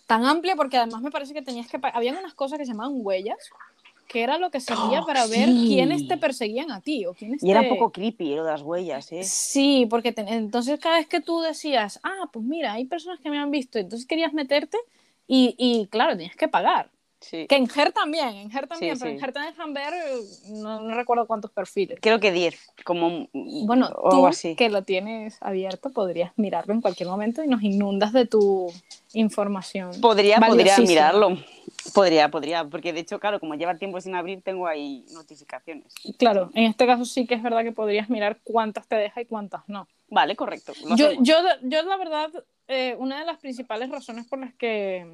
Speaker 1: tan amplia porque además me parece que tenías que pa- habían unas cosas que se llamaban huellas que era lo que servía
Speaker 2: Oh,
Speaker 1: para ver
Speaker 2: sí.
Speaker 1: quiénes te perseguían a ti o quiénes
Speaker 2: Y era
Speaker 1: te-
Speaker 2: un poco creepy lo de las huellas, ¿eh?
Speaker 1: Sí, porque ten- entonces cada vez que tú decías, ah, pues mira, hay personas que me han visto, entonces querías meterte y, y, claro, tenías que pagar.
Speaker 2: Sí.
Speaker 1: Que en Her también, en Her también,
Speaker 2: Sí,
Speaker 1: pero
Speaker 2: sí.
Speaker 1: en Her te dejan ver, eh, no, no recuerdo cuántos perfiles.
Speaker 2: Creo que 10, como un-
Speaker 1: Bueno,
Speaker 2: Mm, o
Speaker 1: tú
Speaker 2: algo así.
Speaker 1: que lo tienes abierto podrías mirarlo en cualquier momento y nos inundas de tu información.
Speaker 2: Podría, podría
Speaker 1: valiosísima.
Speaker 2: mirarlo. Podría, podría, porque de hecho, claro, como lleva tiempo sin abrir, tengo ahí notificaciones.
Speaker 1: Claro, en este caso sí que es verdad que podrías mirar cuántas te deja y cuántas no.
Speaker 2: Vale, correcto. lo
Speaker 1: yo,
Speaker 2: hacemos.
Speaker 1: yo, yo, la verdad, eh, una de las principales razones por las que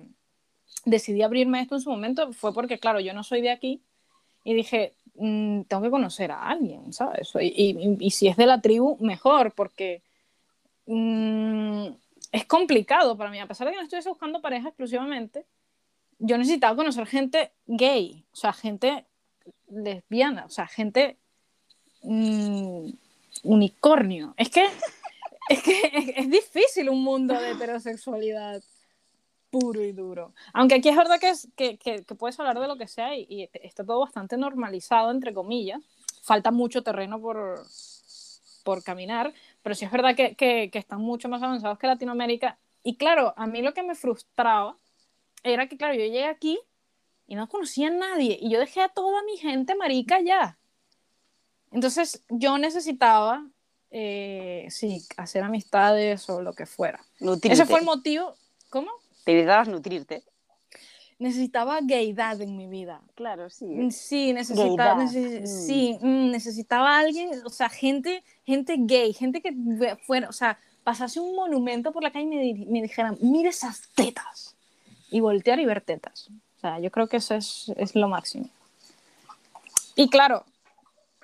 Speaker 1: decidí abrirme esto en su momento fue porque, claro, yo no soy de aquí y dije, "Mm, tengo que conocer a alguien, ¿sabes? Soy- Y, y- y si es de la tribu, mejor, porque mm, es complicado para mí. A pesar de que no estuviese buscando pareja exclusivamente, yo necesitaba conocer gente gay, o sea, gente lesbiana, o sea, gente mm, unicornio. Es que es que es, es difícil un mundo de heterosexualidad puro y duro. Aunque aquí es verdad que, es- que, que- que puedes hablar de lo que sea y, y está todo bastante normalizado, entre comillas. Falta mucho terreno por, por caminar, pero sí es verdad que, que- que están mucho más avanzados que Latinoamérica. Y claro, a mí lo que me frustraba era que, claro, yo llegué aquí y no conocía a nadie y yo dejé a toda mi gente marica allá. Entonces yo necesitaba eh, sí, hacer amistades o lo que fuera.
Speaker 2: Nutrirte.
Speaker 1: Ese fue el motivo. ¿Cómo?
Speaker 2: Te necesitabas nutrirte.
Speaker 1: Necesitaba gaydad en mi vida.
Speaker 2: Claro, sí.
Speaker 1: Mm, Sí, eh. necesitaba,
Speaker 2: Gaydar, mm.
Speaker 1: sí, mm, necesitaba alguien, o sea, gente, gente gay, gente que ve- fuera, o sea, pasase un monumento por la calle y me, di- me dijeran, mira esas tetas. Y voltear y ver tetas. O sea, yo creo que eso es, es lo máximo. Y claro,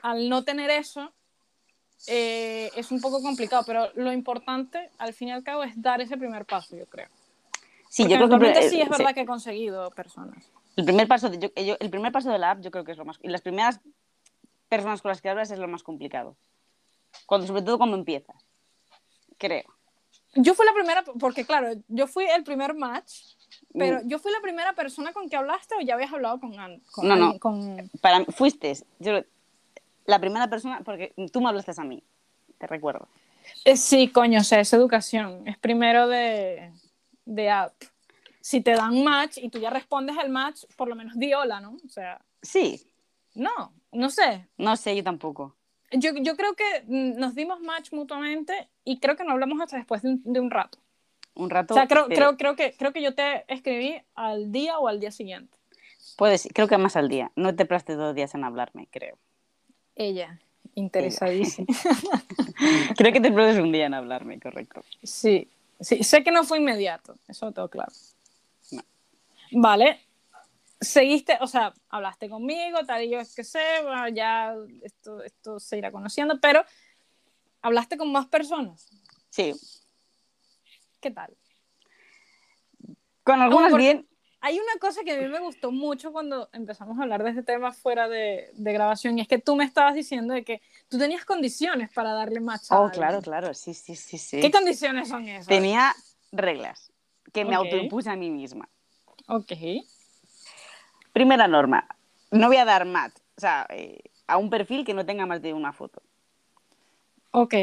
Speaker 1: al no tener eso, eh, es un poco complicado, pero lo importante, al fin y al cabo, es dar ese primer paso, yo creo.
Speaker 2: Sí,
Speaker 1: Porque
Speaker 2: yo eh, creo que el
Speaker 1: actualmente
Speaker 2: primer-
Speaker 1: sí es
Speaker 2: sí.
Speaker 1: verdad que he conseguido personas.
Speaker 2: El primer paso de, yo- eh, yo- el primer paso de la app yo creo que es lo más... Y las primeras personas con las que hablas es lo más complicado. Cuando, sobre todo cuando empiezas. Creo.
Speaker 1: Yo fui la primera, porque claro, yo fui el primer match,
Speaker 2: Mm,
Speaker 1: pero yo fui la primera persona con que hablaste o ya habías hablado con, An- con
Speaker 2: No,
Speaker 1: alguien,
Speaker 2: no.
Speaker 1: con-
Speaker 2: Para mí- fuiste yo- la primera persona, porque tú me hablaste a mí, te recuerdo.
Speaker 1: Eh, sí, coño, o sea, es educación, es primero de, de app. Si te dan match y tú ya respondes al match, por lo menos di hola, ¿no? O sea,
Speaker 2: Sí,
Speaker 1: no, no sé.
Speaker 2: no sé, yo tampoco.
Speaker 1: Yo, yo creo que mm, nos dimos match mutuamente y creo que no hablamos hasta después de un, de un rato.
Speaker 2: un rato.
Speaker 1: O sea, creo,
Speaker 2: pero
Speaker 1: creo, creo, que, creo que yo te escribí al día o al día siguiente.
Speaker 2: Puedes, creo que más al día. No te plaste dos días en hablarme, creo.
Speaker 1: Ella, interesadísima.
Speaker 2: Creo que te plaste un día en hablarme, correcto.
Speaker 1: Sí, sí, sé que no fue inmediato, eso lo tengo claro.
Speaker 2: No.
Speaker 1: Vale, seguiste, o sea, hablaste conmigo, tal y yo es que sé, bueno, ya esto, esto se irá conociendo, pero hablaste con más personas.
Speaker 2: Sí.
Speaker 1: ¿Qué tal?
Speaker 2: Con algunas
Speaker 1: porque-
Speaker 2: bien.
Speaker 1: Hay una cosa que a mí me gustó mucho cuando empezamos a hablar de este tema fuera de, de grabación y es que tú me estabas diciendo de que tú tenías condiciones para darle match. a
Speaker 2: Oh,
Speaker 1: alguien.
Speaker 2: claro, claro, sí, sí, sí, sí.
Speaker 1: ¿Qué condiciones son esas?
Speaker 2: Tenía reglas que me
Speaker 1: Ok.
Speaker 2: autoimpuse a mí misma.
Speaker 1: Ok.
Speaker 2: Primera norma, no voy a dar match, o sea, eh, a un perfil que no tenga más de una foto.
Speaker 1: Ok.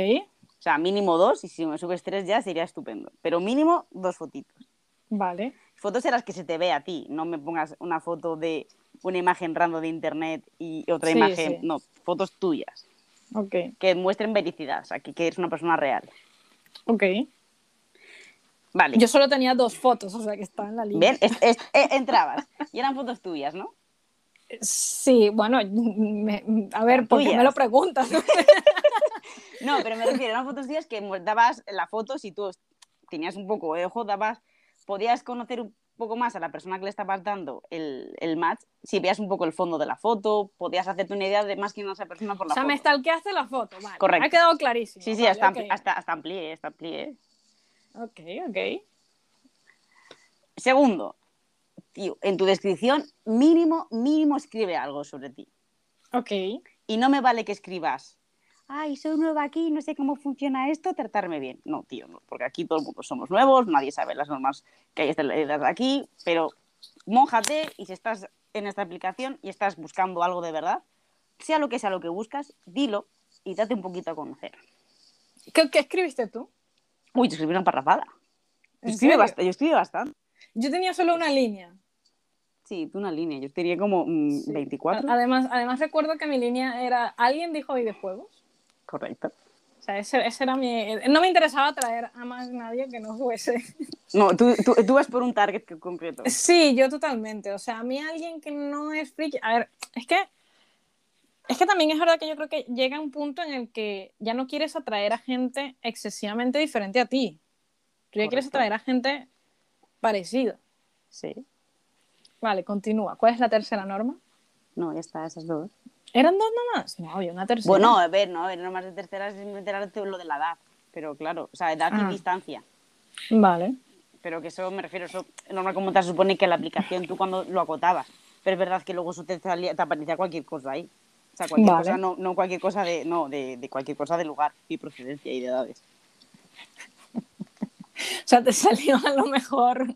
Speaker 2: O sea, mínimo dos y si me subes tres ya sería estupendo. Pero mínimo dos fotitos.
Speaker 1: Vale.
Speaker 2: Fotos en las que se te ve a ti, no me pongas una foto de una imagen random de internet y otra
Speaker 1: Sí,
Speaker 2: imagen,
Speaker 1: sí.
Speaker 2: no, fotos tuyas,
Speaker 1: Ok.
Speaker 2: que muestren vericidad, o sea, que, que eres una persona real.
Speaker 1: Ok.
Speaker 2: Vale,
Speaker 1: Yo solo tenía dos fotos, o sea que estaba en la línea.
Speaker 2: bien, es- es- eh, entrabas y eran fotos tuyas, ¿no?
Speaker 1: Sí, bueno, me- a ver,
Speaker 2: Son
Speaker 1: ¿por qué me
Speaker 2: tuyas.
Speaker 1: lo preguntas?
Speaker 2: No, pero me refiero, eran fotos días que mu- dabas la foto si tú tenías un poco de ojo, dabas, podías conocer un poco más a la persona que le estabas dando el, el match, si veías un poco el fondo de la foto, podías hacerte una idea de más quién es esa persona por
Speaker 1: o
Speaker 2: la
Speaker 1: sea,
Speaker 2: foto.
Speaker 1: me stalkeaste la foto, vale.
Speaker 2: Correcto.
Speaker 1: Ha quedado clarísimo.
Speaker 2: Sí, sí,
Speaker 1: vale,
Speaker 2: hasta,
Speaker 1: ok.
Speaker 2: ampli- hasta, hasta amplié, hasta amplié.
Speaker 1: Ok, ok.
Speaker 2: Segundo, tío, en tu descripción mínimo, mínimo escribe algo sobre ti.
Speaker 1: Ok.
Speaker 2: Y no me vale que escribas, ay, soy nueva aquí, no sé cómo funciona esto, tratarme bien. No, tío, no, porque aquí todo el mundo somos nuevos, nadie sabe las normas que hay establecidas aquí, pero mójate y si estás en esta aplicación y estás buscando algo de verdad, sea lo que sea lo que buscas, dilo y date un poquito a conocer.
Speaker 1: ¿Qué, qué escribiste tú?
Speaker 2: Uy, yo escribí una parrafada. Yo
Speaker 1: ¿En
Speaker 2: escribí,
Speaker 1: serio?
Speaker 2: bast- yo escribí bastante.
Speaker 1: Yo tenía solo una línea.
Speaker 2: Sí, tú una línea, yo tenía como mm,
Speaker 1: Sí. Ah,
Speaker 2: 24.
Speaker 1: A- Además, además recuerdo que mi línea era, alguien dijo videojuegos.
Speaker 2: Correcto.
Speaker 1: O sea, ese, ese era mi... No me interesaba traer a más nadie que no fuese.
Speaker 2: No, tú, tú, tú vas por un target que- concreto.
Speaker 1: Sí, yo totalmente. O sea, a mí alguien que no es friki... A ver, es que... Es que también es verdad que yo creo que llega un punto en el que ya no quieres atraer a gente excesivamente diferente a ti. Tú ya quieres
Speaker 2: Correcto.
Speaker 1: atraer a gente parecida.
Speaker 2: Sí.
Speaker 1: Vale, continúa. ¿Cuál es la tercera norma?
Speaker 2: No, ya está, esas dos.
Speaker 1: ¿Eran dos nomás? No, había una tercera.
Speaker 2: Bueno, a ver, no, a ver, nomás de terceras es enterarte lo de la edad, pero claro, o sea, edad
Speaker 1: Ah.
Speaker 2: y distancia.
Speaker 1: Vale.
Speaker 2: Pero que eso me refiero, eso normal como te supone que la aplicación tú cuando lo acotabas, pero es verdad que luego eso te, salía- te aparecía cualquier cosa ahí. O sea, cualquier
Speaker 1: Vale.
Speaker 2: cosa, no, no cualquier cosa de, no, de, de cualquier cosa de lugar y procedencia y de edades.
Speaker 1: O sea, te salió a lo mejor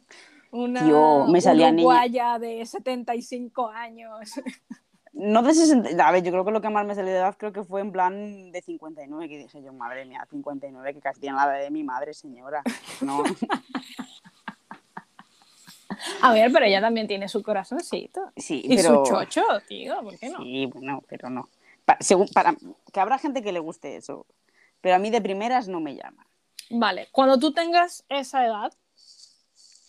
Speaker 1: una
Speaker 2: Tío, me salía niña.
Speaker 1: uruguaya de 75 años.
Speaker 2: No de 60, a ver, yo creo que lo que más me salió de edad creo que fue en plan de 59, que dije yo, madre mía, 59, que casi tiene la edad de mi madre, señora. No,
Speaker 1: A ver, pero ella también tiene su corazoncito.
Speaker 2: sí,
Speaker 1: Y
Speaker 2: pero...
Speaker 1: su chocho, tío, ¿por qué no?
Speaker 2: Sí, bueno, pero no. Pa- según, para, que habrá gente que le guste eso, pero a mí de primeras no me llama.
Speaker 1: Vale, cuando tú tengas esa edad,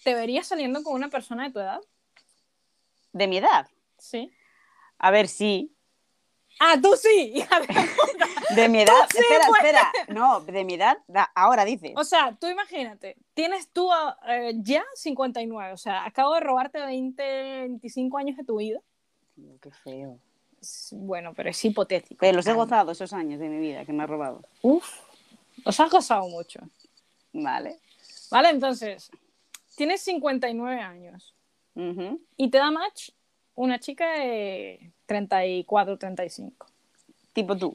Speaker 1: ¿te verías saliendo con una persona de tu edad?
Speaker 2: De mi edad.
Speaker 1: Sí.
Speaker 2: A ver, sí.
Speaker 1: Ah, tú sí. hija de-
Speaker 2: De mi edad.
Speaker 1: sí,
Speaker 2: espera,
Speaker 1: pues.
Speaker 2: espera. No, de mi edad. da- ahora dices.
Speaker 1: O sea, tú imagínate, tienes tú eh, ya 59, o sea, acabo de robarte 20, 25 años de tu vida.
Speaker 2: Tío, qué feo.
Speaker 1: Bueno, pero es hipotético.
Speaker 2: Pero los he
Speaker 1: Ah,
Speaker 2: gozado esos años de mi vida que me ha robado.
Speaker 1: Uf, los has gozado mucho.
Speaker 2: Vale.
Speaker 1: Vale, entonces, tienes 59 años
Speaker 2: Ujú.
Speaker 1: y te da match una chica de 34, 35.
Speaker 2: Tipo tú.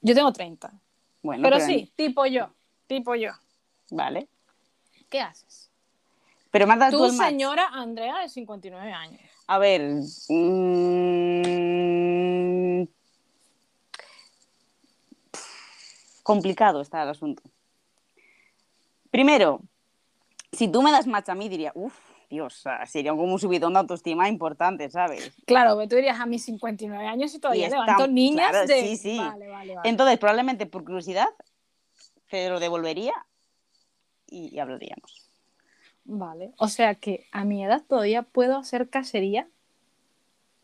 Speaker 1: Yo tengo 30.
Speaker 2: Bueno,
Speaker 1: pero sí, tipo yo, tipo yo.
Speaker 2: Vale.
Speaker 1: ¿Qué haces?
Speaker 2: Pero me has dado tú
Speaker 1: Tú,
Speaker 2: el match.
Speaker 1: señora Andrea, de 59 años.
Speaker 2: A ver. mm, complicado está el asunto. Primero, si tú me das match a mí, diría, uff, Dios, o sea, sería como un subidón de autoestima importante, ¿sabes?
Speaker 1: Claro, pero tú dirías a mis 59 años y todavía
Speaker 2: Y está-
Speaker 1: levanto niñas
Speaker 2: claro,
Speaker 1: de...
Speaker 2: sí, sí.
Speaker 1: Vale, vale, vale.
Speaker 2: Entonces, probablemente por curiosidad, te lo devolvería y, y hablaríamos.
Speaker 1: Vale. O sea que a mi edad todavía puedo hacer cacería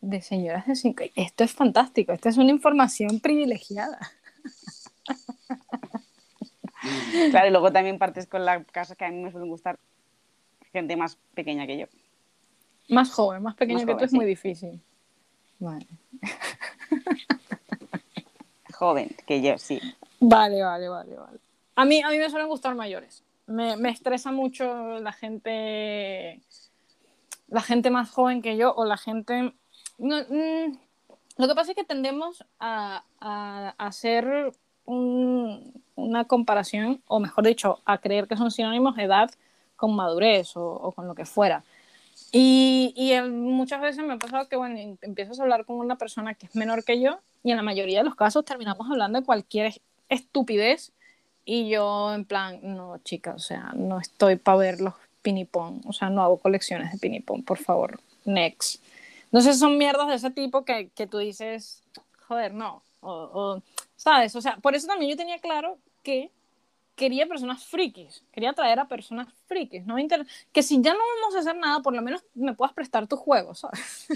Speaker 1: de señoras de cinco. Esto es fantástico. Esta es una información privilegiada.
Speaker 2: Claro, y luego también partes con la casa que a mí me suelen gustar gente más pequeña que yo.
Speaker 1: Más joven, más pequeño
Speaker 2: Más
Speaker 1: que tú
Speaker 2: joven,
Speaker 1: es
Speaker 2: sí.
Speaker 1: muy difícil. Vale.
Speaker 2: Joven que yo, sí.
Speaker 1: Vale, vale, vale, vale. A mí, a mí me suelen gustar mayores. Me, me estresa mucho la gente, la gente más joven que yo o la gente... no, mm, lo que pasa es que tendemos a, a- a hacer un- una comparación, o mejor dicho, a creer que son sinónimos de edad con madurez o, o con lo que fuera. Y, y el- muchas veces me ha pasado que, bueno, em- empiezas a hablar con una persona que es menor que yo y en la mayoría de los casos terminamos hablando de cualquier es- estupidez y yo en plan, no, chica, o sea, no estoy para ver los pinipón, o sea, no hago colecciones de pinipón, por favor, next. Entonces son mierdas de ese tipo que, que tú dices, joder, no, o, o, ¿sabes? O sea, por eso también yo tenía claro que quería personas frikis, quería traer a personas frikis, no me inter- que si ya no vamos a hacer nada, por lo menos me puedas prestar tus juegos, ¿sabes?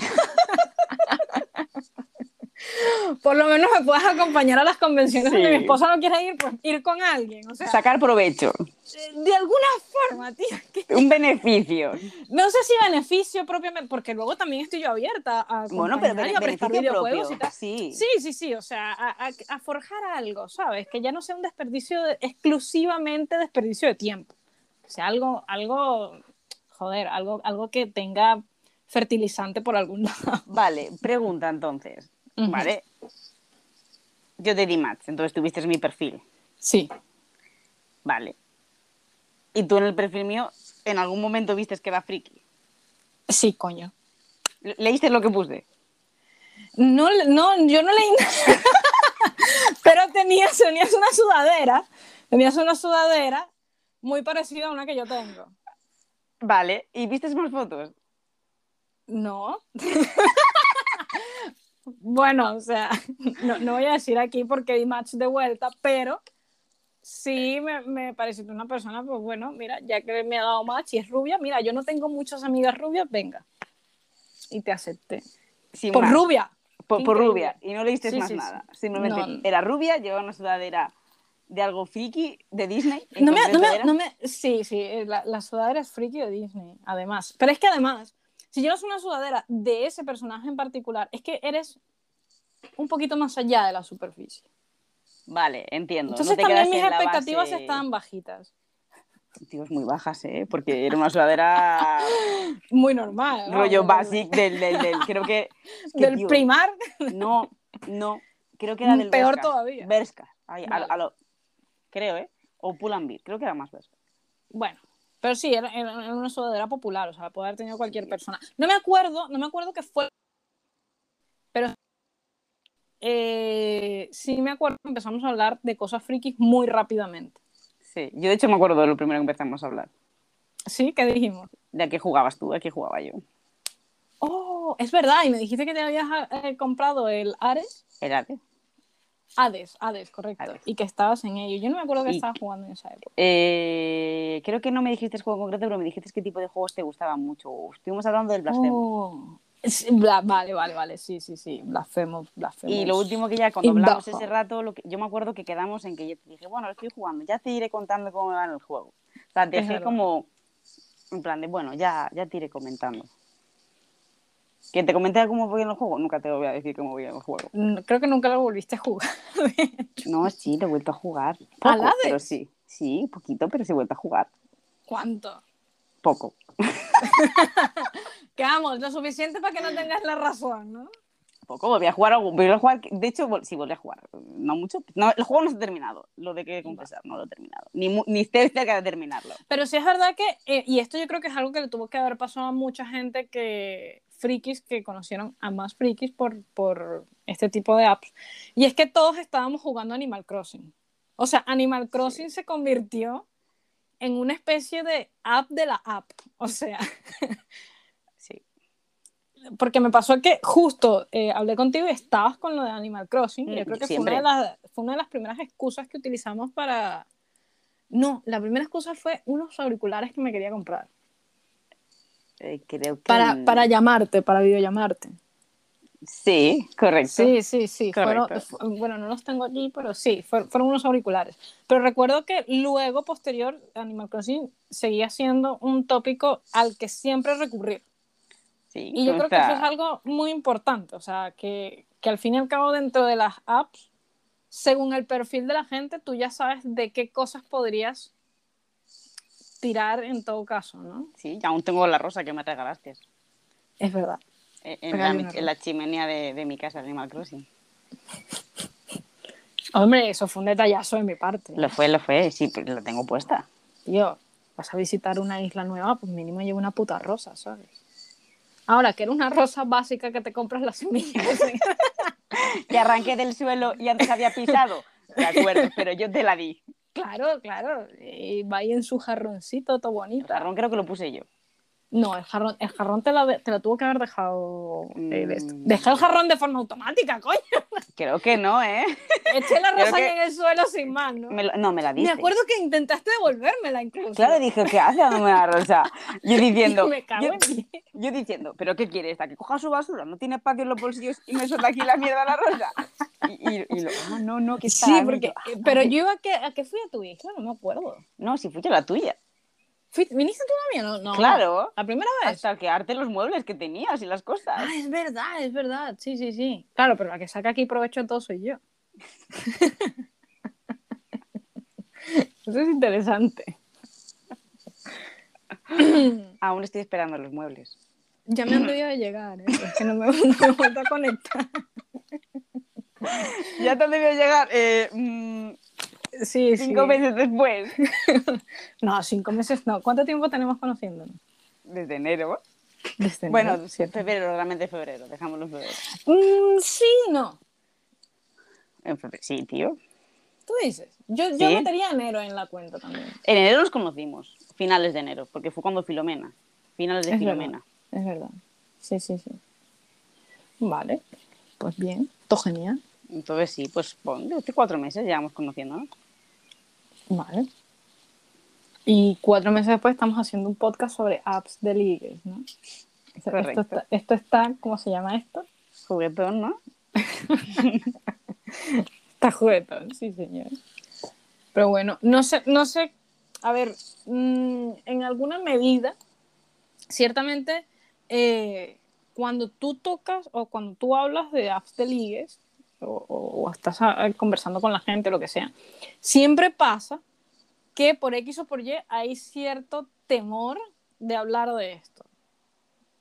Speaker 1: por lo menos me puedas acompañar a las convenciones
Speaker 2: Sí.
Speaker 1: donde mi esposa no quiere ir, pues ir con alguien, o sea,
Speaker 2: Sacar provecho,
Speaker 1: de, de alguna forma, tío, que-
Speaker 2: un beneficio.
Speaker 1: no sé si beneficio propiamente, porque luego también estoy yo abierta a
Speaker 2: Bueno, pero
Speaker 1: acompañar y
Speaker 2: bene-
Speaker 1: a prestar
Speaker 2: beneficio
Speaker 1: videojuegos y
Speaker 2: propio. pues
Speaker 1: tal.
Speaker 2: Sí.
Speaker 1: Sí, sí, sí, o sea, a, a- a forjar algo, ¿sabes? Que ya no sea un desperdicio, de- exclusivamente desperdicio de tiempo. O sea, algo, algo, joder, algo, algo que tenga fertilizante por algún lado.
Speaker 2: Vale, pregunta entonces.
Speaker 1: Ujú.
Speaker 2: Vale. Yo te di match, entonces tuviste mi perfil.
Speaker 1: Sí.
Speaker 2: Vale. Y tú en el perfil mío, en algún momento viste que era friki.
Speaker 1: Sí, coño.
Speaker 2: Le- ¿Leíste lo que puse?
Speaker 1: No, no, yo no leí nada. Pero tenías, tenías una sudadera. Tenías una sudadera muy parecida a una que yo tengo.
Speaker 2: Vale. ¿Y viste más fotos?
Speaker 1: No. bueno, o sea, no, no voy a decir aquí porque di match de vuelta, pero sí me, me pareció una persona, pues bueno, mira, ya que me ha dado match y es rubia, mira, yo no tengo muchas amigas rubias, venga. Y te acepté.
Speaker 2: Sin
Speaker 1: Por
Speaker 2: más.
Speaker 1: rubia.
Speaker 2: Por, por
Speaker 1: Increíble.
Speaker 2: rubia. Y no leíste
Speaker 1: Sí,
Speaker 2: más
Speaker 1: sí,
Speaker 2: nada.
Speaker 1: sí.
Speaker 2: Simplemente
Speaker 1: No.
Speaker 2: era rubia, llevaba una sudadera de algo friki, de Disney. en
Speaker 1: No me, no,
Speaker 2: concreto
Speaker 1: me,
Speaker 2: era.
Speaker 1: no me- sí, sí, eh, la, la sudadera es friki de Disney, además. Pero es que además, si llevas una sudadera de ese personaje en particular, es que eres un poquito más allá de la superficie.
Speaker 2: Vale, entiendo.
Speaker 1: Entonces
Speaker 2: no te
Speaker 1: también
Speaker 2: quedas
Speaker 1: mis
Speaker 2: en la
Speaker 1: expectativas
Speaker 2: base-
Speaker 1: estaban bajitas.
Speaker 2: Dios, muy bajas, ¿eh? Porque era una sudadera
Speaker 1: Muy normal. ¿no?
Speaker 2: rollo
Speaker 1: Muy-
Speaker 2: basic del, del, del- creo que, que,
Speaker 1: Del
Speaker 2: tío,
Speaker 1: primar.
Speaker 2: no no creo que era del
Speaker 1: Peor
Speaker 2: Bershka.
Speaker 1: todavía.
Speaker 2: Bershka. Ay, a
Speaker 1: Vale.
Speaker 2: lo- a lo- creo eh o Pull&Bear creo que era más Bershka.
Speaker 1: Bueno, pero sí, era, era- era una sudadera popular, o sea, la puede haber tenido cualquier persona. No me acuerdo, no me acuerdo que fue. Pero eh, sí me acuerdo que empezamos a hablar de cosas frikis muy rápidamente.
Speaker 2: sí yo de hecho me acuerdo de lo primero que empezamos a hablar
Speaker 1: ¿Sí? ¿Qué dijimos?
Speaker 2: de a qué jugabas tú a qué jugaba yo
Speaker 1: Oh, es verdad, y me dijiste que te habías eh, comprado el Ares.
Speaker 2: era de-
Speaker 1: Hades, Hades, correcto.
Speaker 2: Hades.
Speaker 1: Y que estabas en ello. Yo no me acuerdo que
Speaker 2: Y-
Speaker 1: estabas jugando en esa época.
Speaker 2: eh, creo que no me dijiste el juego concreto pero me dijiste qué tipo de juegos te gustaban mucho estuvimos hablando del blasfemo
Speaker 1: Oh. Sí, bla- vale, vale, vale, sí, sí, sí, blasfemo, blasfemo.
Speaker 2: Y lo último que ya, cuando hablamos
Speaker 1: Bajo.
Speaker 2: ese rato, lo que- yo me acuerdo que quedamos en que yo te dije, bueno, lo estoy jugando, ya te iré contando cómo me va en el juego. O sea, te
Speaker 1: Es
Speaker 2: dejé
Speaker 1: verdad.
Speaker 2: como, en plan de, bueno, ya, ya te iré comentando. ¿Que te comenté cómo voy en el juego? Nunca te voy a decir cómo voy en el juego.
Speaker 1: Mm, Creo que nunca lo volviste a jugar.
Speaker 2: No, sí, lo he vuelto a jugar.
Speaker 1: ¿Al
Speaker 2: Poco,
Speaker 1: Hades?
Speaker 2: pero sí. Sí, poquito, pero sí he vuelto a jugar.
Speaker 1: ¿Cuánto?
Speaker 2: Poco.
Speaker 1: Que vamos, lo suficiente para que no tengas la razón, ¿no?
Speaker 2: Poco, volví a jugar. algo- volví a jugar de hecho, vol- sí, volví a jugar. No mucho. No, el juego no se ha terminado. Lo de que confesar, no lo he terminado. Ni, mu- ni estoy cerca de terminarlo.
Speaker 1: Pero sí es verdad que, eh, y esto yo creo que es algo que le tuvo que haber pasado a mucha gente que frikis que conocieron a más frikis por, por este tipo de apps. Y es que todos estábamos jugando Animal Crossing. O sea, Animal Crossing se convirtió en una especie de app de la app. O sea,
Speaker 2: Sí.
Speaker 1: porque me pasó que justo eh, hablé contigo y estabas con lo de Animal Crossing. y yo
Speaker 2: Mm,
Speaker 1: creo que fue
Speaker 2: siempre.
Speaker 1: una, de las, fue una de las primeras excusas que utilizamos para, No, la primera excusa fue unos auriculares que me quería comprar.
Speaker 2: Eh, creo que.
Speaker 1: Para, para llamarte, para videollamarte.
Speaker 2: Sí, correcto.
Speaker 1: Sí, sí, sí. Fueron-
Speaker 2: Correcto.
Speaker 1: fu- bueno, no los tengo aquí, pero sí, fue- fueron unos auriculares. Pero recuerdo que luego, posterior, Animal Crossing seguía siendo un tópico al que siempre recurrir.
Speaker 2: Sí,
Speaker 1: Y yo creo que
Speaker 2: está-
Speaker 1: eso es algo muy importante, o sea, que, que al fin y al cabo dentro de las apps, según el perfil de la gente, tú ya sabes de qué cosas podrías tirar en todo caso, ¿no?
Speaker 2: Sí, y aún tengo la rosa que me regalaste.
Speaker 1: Es verdad.
Speaker 2: eh, En la,
Speaker 1: Regálame
Speaker 2: mi-
Speaker 1: una
Speaker 2: en la chimenea de, de mi casa, de Animal Crossing.
Speaker 1: Hombre, eso fue un detallazo de mi parte.
Speaker 2: Lo fue, lo fue, sí, pero la tengo puesta.
Speaker 1: Tío, vas a visitar una isla nueva, pues mínimo lleva una puta rosa, ¿sabes? Ahora, que era una rosa básica que te compras las semillas.
Speaker 2: Y arranqué del suelo y antes había pisado. De acuerdo, pero yo te la di.
Speaker 1: claro, claro. Y va ahí en su jarroncito, todo
Speaker 2: El
Speaker 1: bonito.
Speaker 2: jarrón creo que lo puse yo.
Speaker 1: No, el jarrón, el jarrón te, la de- te lo tuvo que haber dejado. eh, de esto.
Speaker 2: Mm.
Speaker 1: Deja el jarrón de forma automática, coño.
Speaker 2: Creo que no, ¿eh?
Speaker 1: Eché la
Speaker 2: Creo
Speaker 1: rosa
Speaker 2: que-
Speaker 1: ahí en el suelo sin más, ¿no?
Speaker 2: Me lo- no, me la
Speaker 1: Me
Speaker 2: diste.
Speaker 1: acuerdo que intentaste devolvérmela incluso.
Speaker 2: Claro, dije, ¿qué hace dándome la rosa? Yo diciendo,
Speaker 1: Me cago
Speaker 2: yo,
Speaker 1: en ti.
Speaker 2: yo diciendo, ¿pero qué quiere esta? Que coja su basura, no tiene espacio en los bolsillos y me suelta aquí la mierda la rosa. Y, y- y lo, ah, no, no, que ah, está
Speaker 1: Sí,
Speaker 2: ahí.
Speaker 1: porque. Pero yo iba a que, a que fui a tu isla, no me acuerdo.
Speaker 2: No, si fui yo la tuya.
Speaker 1: Fui- ¿Viniste tú la mía? No, no.
Speaker 2: Claro.
Speaker 1: ¿La primera vez?
Speaker 2: Hasta quearte los muebles que tenías y las cosas.
Speaker 1: Ah, es verdad, es verdad. Sí, sí, sí. Claro, pero la que saca aquí provecho de todo soy yo. Eso es interesante.
Speaker 2: Aún estoy esperando los muebles.
Speaker 1: Ya me han pedido de llegar, ¿eh? es que no me, no me he vuelto a conectar.
Speaker 2: Ya te han debido llegar eh, mm,
Speaker 1: Sí, sí.
Speaker 2: cinco meses después.
Speaker 1: No, cinco meses no. ¿Cuánto tiempo tenemos conociéndonos?
Speaker 2: Desde enero.
Speaker 1: Desde
Speaker 2: Bueno,
Speaker 1: enero, ¿cierto?
Speaker 2: febrero, realmente febrero. Dejámoslo en febrero.
Speaker 1: Mm, sí, no.
Speaker 2: En febrero. Sí, tío.
Speaker 1: Tú dices. Yo, yo
Speaker 2: Sí.
Speaker 1: metería enero en la cuenta también.
Speaker 2: En enero nos conocimos. Finales de enero, porque fue cuando Filomena. Finales de
Speaker 1: Es
Speaker 2: Filomena.
Speaker 1: verdad, es verdad. Sí, sí, sí. Vale. Pues bien. Todo genial.
Speaker 2: Entonces sí, pues pon, hace cuatro meses llevamos conociéndonos.
Speaker 1: Vale. Y cuatro meses después estamos haciendo un podcast sobre apps de ligues, ¿no? O sea, esto,
Speaker 2: Correcto.
Speaker 1: está, esto está, ¿cómo se llama esto?
Speaker 2: Juguetón, ¿no?
Speaker 1: Está juguetón, sí, señor. Pero bueno, no sé, no sé, a ver, mm, en alguna medida, ciertamente, eh, cuando tú tocas o cuando tú hablas de apps de ligues o, o- o estás ah, conversando con la gente, lo que sea, siempre pasa que por X o por Y hay cierto temor de hablar de esto.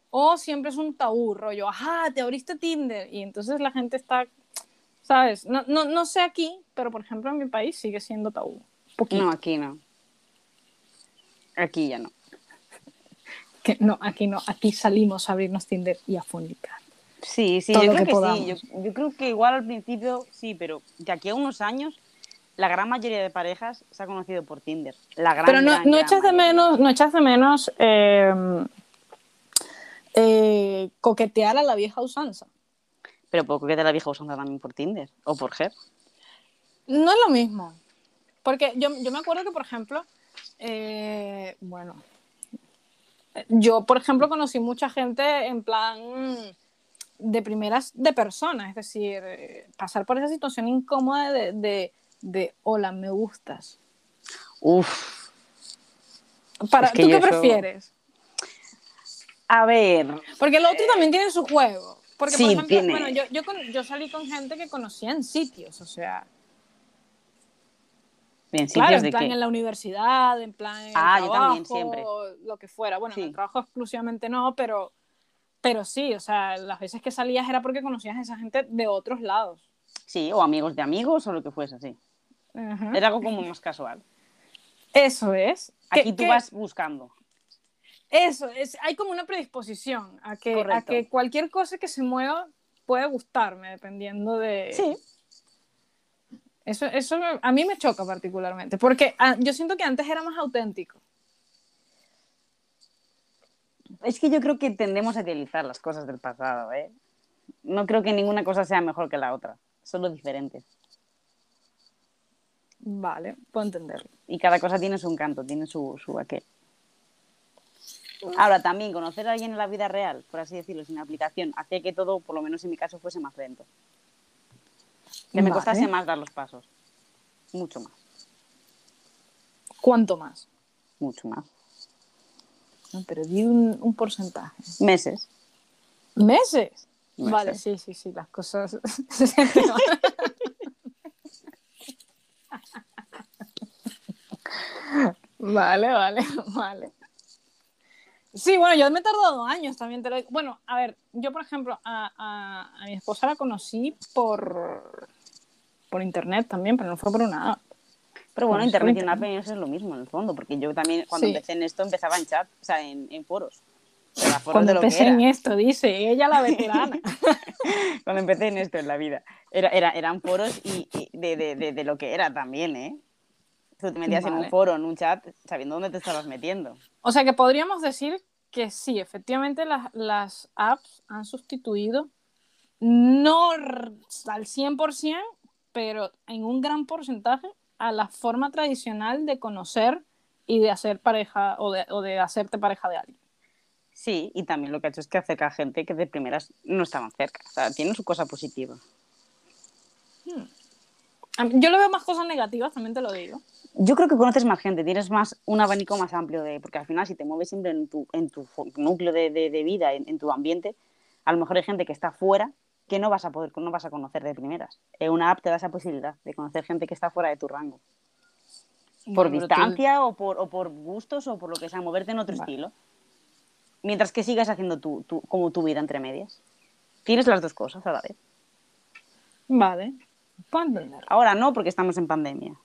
Speaker 1: O siempre es un tabú, rollo, ajá, te abriste Tinder. Y entonces la gente está, ¿sabes? No, no, no sé aquí, pero por ejemplo en mi país sigue siendo tabú. Poquito.
Speaker 2: No, aquí no. Aquí ya no.
Speaker 1: Que no, aquí no, aquí salimos a abrirnos Tinder y a fornicar.
Speaker 2: Sí, sí,
Speaker 1: Todo
Speaker 2: yo
Speaker 1: lo que
Speaker 2: creo que, sí.
Speaker 1: podamos.
Speaker 2: Yo, yo creo que igual al principio sí, pero de aquí a unos años la gran mayoría de parejas se ha conocido por Tinder. La gran,
Speaker 1: Pero no,
Speaker 2: gran,
Speaker 1: no
Speaker 2: gran
Speaker 1: echas de
Speaker 2: mayoría.
Speaker 1: menos, no echas de menos eh, eh, coquetear a la vieja usanza.
Speaker 2: Pero poco que te la vieja usando también por Tinder o por Her.
Speaker 1: No es lo mismo. Porque yo, yo me acuerdo que, por ejemplo, eh, bueno, yo, por ejemplo, conocí mucha gente en plan mm, de primeras de personas, es decir, eh, pasar por esa situación incómoda de, de, de, hola, me gustas.
Speaker 2: Uf.
Speaker 1: Para,
Speaker 2: Es que
Speaker 1: ¿Tú
Speaker 2: yo
Speaker 1: qué
Speaker 2: eso-
Speaker 1: prefieres?
Speaker 2: A ver,
Speaker 1: Porque lo otro también tiene su juego. Porque,
Speaker 2: Eh, sí,
Speaker 1: por ejemplo,
Speaker 2: tiene.
Speaker 1: bueno, yo, yo, con- yo salí con gente que conocía en sitios, o sea,
Speaker 2: bien,
Speaker 1: claro,
Speaker 2: sitios
Speaker 1: en
Speaker 2: de
Speaker 1: plan
Speaker 2: que...
Speaker 1: en la universidad, en plan en
Speaker 2: Ah,
Speaker 1: el
Speaker 2: yo también,
Speaker 1: trabajo,
Speaker 2: siempre.
Speaker 1: lo que fuera. Bueno, en
Speaker 2: Sí.
Speaker 1: el trabajo exclusivamente no, pero, pero sí, o sea, las veces que salías era porque conocías a esa gente de otros lados.
Speaker 2: Sí, o amigos de amigos o lo que fuese, sí.
Speaker 1: Ajá.
Speaker 2: Era algo como más casual.
Speaker 1: Eso es. Que-
Speaker 2: Aquí tú
Speaker 1: que-
Speaker 2: vas buscando.
Speaker 1: Eso, es, hay como una predisposición a que, a
Speaker 2: Correcto.
Speaker 1: que cualquier cosa que se mueva puede gustarme, dependiendo de...
Speaker 2: Sí,
Speaker 1: Eso, eso me- a mí me choca particularmente, porque ah, yo siento que antes era más auténtico.
Speaker 2: es que yo creo que tendemos a idealizar las cosas del pasado, ¿eh? No creo que ninguna cosa sea mejor que la otra, solo diferentes.
Speaker 1: Vale, puedo entenderlo.
Speaker 2: Y cada cosa tiene su encanto, tiene su, su aquel. Ahora, también conocer a alguien en la vida real, por así decirlo, sin aplicación, hacía que todo, por lo menos en mi caso, fuese más lento. Que me
Speaker 1: Vale.
Speaker 2: costase más dar los pasos. Mucho más,
Speaker 1: ¿Cuánto más?
Speaker 2: mucho más.
Speaker 1: No, pero di un, un porcentaje.
Speaker 2: Meses.
Speaker 1: ¿Meses?
Speaker 2: Meses.
Speaker 1: Vale, sí, sí, sí, las cosas se te van. Vale, vale, vale. Sí, bueno, yo me he tardado años también. Te lo digo. Bueno, a ver, yo por ejemplo a, a- a mi esposa la conocí por, por internet también, pero no fue por una app.
Speaker 2: Pero bueno,
Speaker 1: Bueno,
Speaker 2: internet y
Speaker 1: sí,
Speaker 2: una app es lo mismo en el fondo, porque yo también cuando
Speaker 1: Pues Sí.
Speaker 2: empecé en esto empezaba en chat, o sea, en, en foros. O sea, foros
Speaker 1: Cuando
Speaker 2: de lo que
Speaker 1: empecé
Speaker 2: era.
Speaker 1: en esto, dice ella la veterana.
Speaker 2: Cuando empecé en esto, en la vida. Era, era- eran foros y, y de, de- de- de lo que era también, ¿eh? Tú te metías en un
Speaker 1: Vale.
Speaker 2: foro, en un chat, sabiendo dónde te estabas metiendo.
Speaker 1: O sea que podríamos decir que sí, efectivamente las, las apps han sustituido, no r- al 100%, pero en un gran porcentaje, a la forma tradicional de conocer y de hacer pareja o de, o de hacerte pareja de alguien.
Speaker 2: Sí, y también lo que ha hecho es que acerca a gente que de primeras no estaban cerca. O sea, tiene su cosa positiva.
Speaker 1: A mí- Yo le veo más cosas negativas, también te lo digo.
Speaker 2: Yo creo que conoces más gente, tienes más un abanico más amplio de, porque al final si te mueves siempre en tu, en tu fo- núcleo de, de- de vida, en, en tu ambiente, a lo mejor hay gente que está fuera que no vas a poder, no vas a conocer de primeras. En una app te da esa posibilidad de conocer gente que está fuera de tu rango, por
Speaker 1: Bueno, pero tú-
Speaker 2: distancia o, por, o por gustos o por lo que sea, moverte en otro
Speaker 1: Vale.
Speaker 2: estilo, mientras que sigas haciendo tu, tu- como tu vida entre medias. Tienes las dos cosas a la vez.
Speaker 1: Vale, puedo entender.
Speaker 2: Ahora no, porque estamos en pandemia,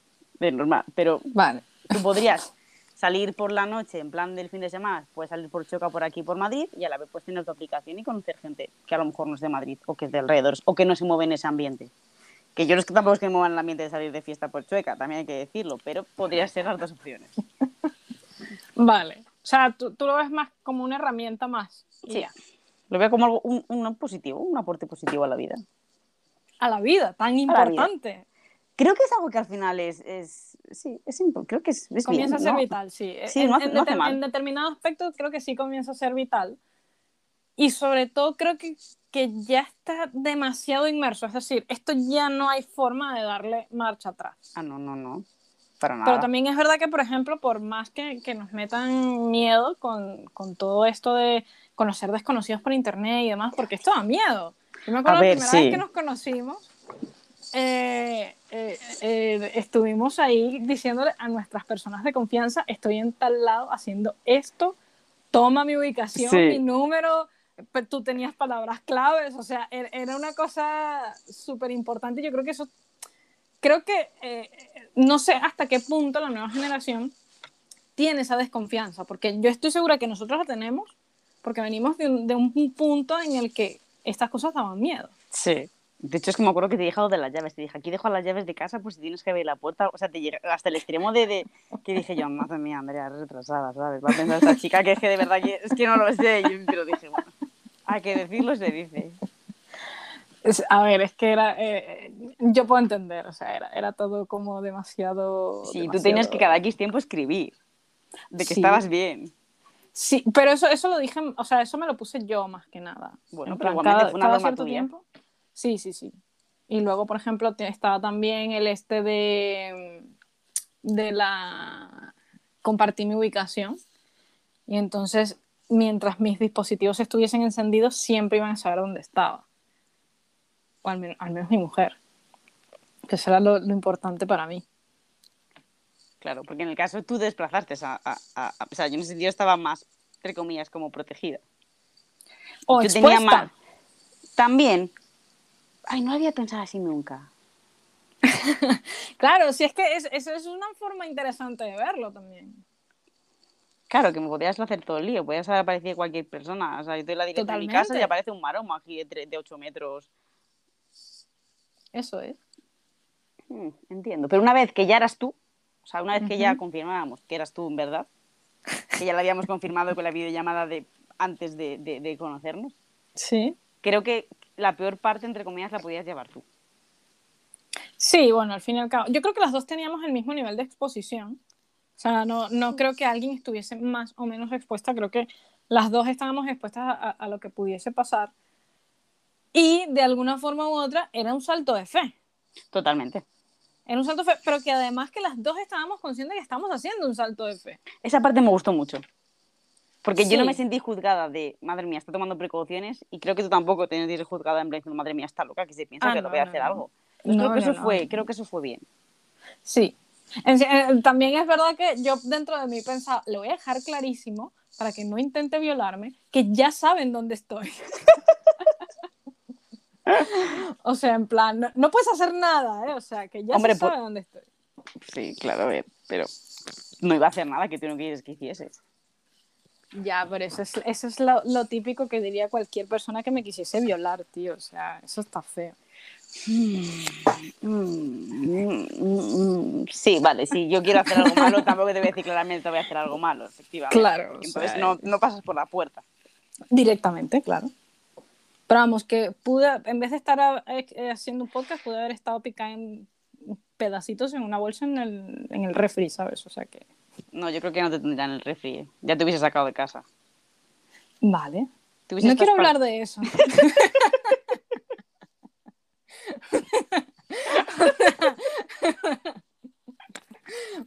Speaker 2: es normal, pero
Speaker 1: Vale.
Speaker 2: tú podrías salir por la noche en plan del fin de semana, puedes salir por Choca por aquí por Madrid y a la vez puedes tener tu aplicación y conocer gente que a lo mejor no es de Madrid o que es de alrededor o que no se mueve en ese ambiente. Que yo no es que tampoco es que me mueva en el ambiente de salir de fiesta por Chueca, también hay que decirlo, pero podrías ser las dos opciones.
Speaker 1: Vale. O sea, tú, tú lo ves más como una herramienta más. y
Speaker 2: Sí.
Speaker 1: ya.
Speaker 2: Lo veo como algo, un, un positivo, un aporte positivo a la vida.
Speaker 1: A la vida, tan
Speaker 2: la vida.
Speaker 1: importante.
Speaker 2: Creo que es algo que al final es, es sí, es impo- creo que es, es bien,
Speaker 1: comienza a ser
Speaker 2: ¿no?
Speaker 1: vital, sí. E,
Speaker 2: Sí,
Speaker 1: en,
Speaker 2: no hace-
Speaker 1: en
Speaker 2: no hace
Speaker 1: deter-
Speaker 2: mal.
Speaker 1: en determinado aspecto creo que sí comienza a ser vital. Y sobre todo creo que, que ya está demasiado inmerso. Es decir, esto ya no hay forma de darle marcha atrás.
Speaker 2: Ah, no, no, no. Para nada.
Speaker 1: Pero también es verdad que, por ejemplo, por más que, que nos metan miedo con, con todo esto de conocer desconocidos por internet y demás, porque esto da miedo. Yo me acuerdo
Speaker 2: A ver,
Speaker 1: la primera
Speaker 2: sí.
Speaker 1: vez que nos conocimos, eh, eh, eh, estuvimos ahí diciéndole a nuestras personas de confianza, estoy en tal lado haciendo esto, toma mi ubicación,
Speaker 2: Sí.
Speaker 1: mi número, pe- tú tenías palabras claves, o sea, er- era una cosa súper importante. Yo creo que eso, creo que, eh, no sé hasta qué punto la nueva generación tiene esa desconfianza, porque yo estoy segura que nosotros la tenemos, porque venimos de un, de un punto en el que estas cosas daban miedo.
Speaker 2: Sí. De hecho, es que me acuerdo que te dije algo de las llaves. Te dije, aquí dejo las llaves de casa, pues si tienes que abrir la puerta, o sea, te llega hasta el extremo de, de- que dije yo, madre mía, Andrea, eres retrasada, ¿sabes? Va a pensar esta chica que es que de verdad que es que no lo sé. Yo te lo dije, bueno, hay que decirlo, se dice.
Speaker 1: Es- a ver, es que era, eh, yo puedo entender, o sea, era, era todo como demasiado...
Speaker 2: Sí, tú tenías
Speaker 1: demasiado-
Speaker 2: que cada X tiempo escribir de que
Speaker 1: Sí.
Speaker 2: estabas bien.
Speaker 1: Sí, pero eso, eso lo dije, o sea, eso me lo puse yo más que nada.
Speaker 2: Bueno,
Speaker 1: En
Speaker 2: pero
Speaker 1: plan,
Speaker 2: igualmente fue una broma tuya.
Speaker 1: Sí, sí, sí. Y luego, por ejemplo, te- estaba también el este de, mm, de la... compartir mi ubicación. Y entonces, mientras mis dispositivos estuviesen encendidos, siempre iban a saber dónde estaba. O al, men- al menos mi mujer. Que será lo, lo importante para mí.
Speaker 2: Claro, porque en el caso tú desplazaste a, a- a- a- O sea, yo en ese sentido estaba más, entre comillas, como protegida.
Speaker 1: O
Speaker 2: yo tenía
Speaker 1: expuesta.
Speaker 2: más. También. Ay, no había pensado así nunca.
Speaker 1: Claro, si es que es- eso es una forma interesante de verlo también.
Speaker 2: Claro, que me podías hacer todo el lío, podías haber aparecido cualquier persona. O sea, yo doy la directa de mi casa y
Speaker 1: Totalmente.
Speaker 2: aparece un maromo aquí de, tre- de 8 metros.
Speaker 1: Eso es.
Speaker 2: Hmm, entiendo. Pero una vez que ya eras tú, o sea, una vez que ya
Speaker 1: Ujú.
Speaker 2: confirmábamos que eras tú en verdad, que ya lo habíamos confirmado con la videollamada de antes de, de- de conocernos,
Speaker 1: Sí.
Speaker 2: creo que la peor parte, entre comillas, la podías llevar tú.
Speaker 1: Sí, bueno, al fin y al cabo. Yo creo que las dos teníamos el mismo nivel de exposición. O sea, no, no creo que alguien estuviese más o menos expuesta. Creo que las dos estábamos expuestas a, a- a lo que pudiese pasar. Y de alguna forma u otra era un salto de fe.
Speaker 2: Totalmente.
Speaker 1: Era un salto de fe, pero que además que las dos estábamos conscientes de que estamos haciendo un salto de fe.
Speaker 2: Esa parte me gustó mucho. Porque yo no
Speaker 1: Sí.
Speaker 2: me sentí juzgada de, madre mía, está tomando precauciones. Y creo que tú tampoco te sentís juzgada en plan, diciendo, madre mía, está loca, que se piensa
Speaker 1: Ah,
Speaker 2: que
Speaker 1: no,
Speaker 2: le voy a
Speaker 1: no,
Speaker 2: hacer
Speaker 1: no.
Speaker 2: algo. Pues
Speaker 1: No,
Speaker 2: creo, que
Speaker 1: no,
Speaker 2: eso
Speaker 1: no.
Speaker 2: fue, creo que eso fue bien.
Speaker 1: Sí. En- eh, también es verdad que yo dentro de mí pensaba, le voy a dejar clarísimo para que no intente violarme, que ya saben dónde estoy. o sea, en plan, no, no puedes hacer nada, ¿eh? O sea, que ya
Speaker 2: Hombre,
Speaker 1: se
Speaker 2: por-
Speaker 1: sabe dónde estoy.
Speaker 2: Sí, claro, a ver, pero no iba a hacer nada que tú no quieres que hicieses.
Speaker 1: Ya, pero eso es, eso es lo, lo típico que diría cualquier persona que me quisiese violar, tío. O sea, eso está feo.
Speaker 2: Mm, mm, mm, Sí, vale, si yo quiero hacer algo malo, tampoco te voy a decir claramente te voy a hacer algo malo, efectivamente.
Speaker 1: Claro, o
Speaker 2: Entonces
Speaker 1: sea,
Speaker 2: no, no pasas por la puerta.
Speaker 1: Directamente, claro. Pero vamos, que pude, en vez de estar a- eh, haciendo un podcast, pude haber estado picada en pedacitos en una bolsa en el, en el refri, ¿sabes? O sea que.
Speaker 2: No, yo creo que no te tendrán el refri. eh. Ya te hubiese sacado de casa.
Speaker 1: Vale.
Speaker 2: Te hubiese
Speaker 1: No
Speaker 2: estado
Speaker 1: quiero
Speaker 2: espan-
Speaker 1: hablar de eso.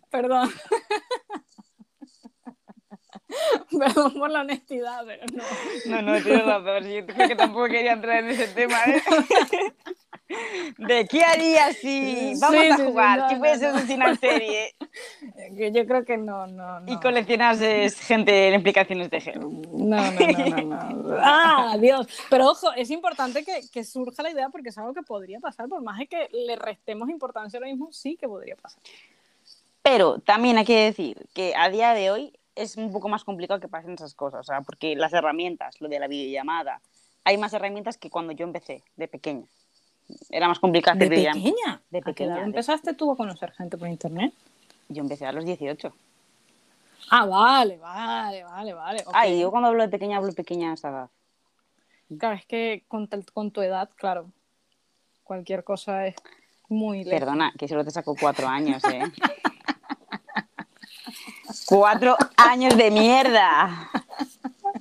Speaker 1: Perdón. Perdón por la honestidad, pero no.
Speaker 2: No, no, tienes razón. sí, Yo creo que tampoco quería entrar en ese tema. ¿eh? ¿De qué harías si vamos
Speaker 1: Sí,
Speaker 2: a
Speaker 1: sí, sí,
Speaker 2: jugar?
Speaker 1: no,
Speaker 2: si
Speaker 1: no,
Speaker 2: fueses
Speaker 1: no.
Speaker 2: un cine en serie
Speaker 1: Yo- Yo creo que no, no. no.
Speaker 2: y coleccionases gente en implicaciones de género.
Speaker 1: No, no, no, no, no. Ah, Dios. Pero ojo, es importante que, que surja la idea porque es algo que podría pasar, por más de que le restemos importancia ahora mismo, sí que podría pasar.
Speaker 2: Pero también hay que decir que a día de hoy es un poco más complicado que pasen esas cosas, o sea, porque las herramientas, lo de la videollamada, hay más herramientas que cuando yo empecé, de pequeña. Era más complicado hacer videollam- De
Speaker 1: ¿A qué
Speaker 2: pequeña,
Speaker 1: edad
Speaker 2: de-
Speaker 1: empezaste tú a conocer gente por internet?
Speaker 2: Yo empecé a los 18.
Speaker 1: Ah, vale, vale, vale, vale. ok.
Speaker 2: Ay, yo cuando hablo de pequeña, hablo de pequeña a esa edad.
Speaker 1: Claro, es que con, tal- con tu edad, claro, cualquier cosa es muy lejos.
Speaker 2: Perdona, que solo te sacó cuatro años, ¿eh? ¡Cuatro años de mierda!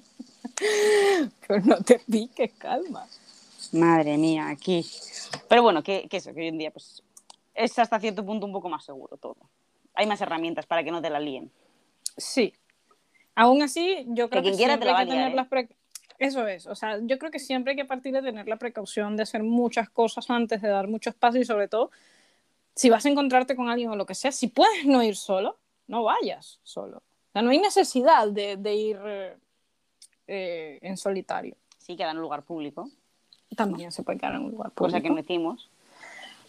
Speaker 1: Pero no te piques, calma.
Speaker 2: Madre mía, aquí. Pero bueno, que, que eso, que hoy en día pues es hasta cierto punto un poco más seguro todo. Hay más herramientas para que no te la líen.
Speaker 1: Sí. Aún así, yo creo que,
Speaker 2: quien quiera
Speaker 1: siempre
Speaker 2: te la
Speaker 1: hay que
Speaker 2: va a liar,
Speaker 1: tener
Speaker 2: ¿eh?
Speaker 1: las pre- Eso es, o sea, yo creo que siempre hay que partir de tener la precaución de hacer muchas cosas antes, de dar muchos pasos y sobre todo, si vas a encontrarte con alguien o lo que sea, si puedes no ir solo, no vayas solo. O sea, no hay necesidad de, de ir eh, eh, en solitario.
Speaker 2: Sí, queda en un lugar público,
Speaker 1: También se puede quedar en un lugar
Speaker 2: cosa que
Speaker 1: público.
Speaker 2: no hicimos.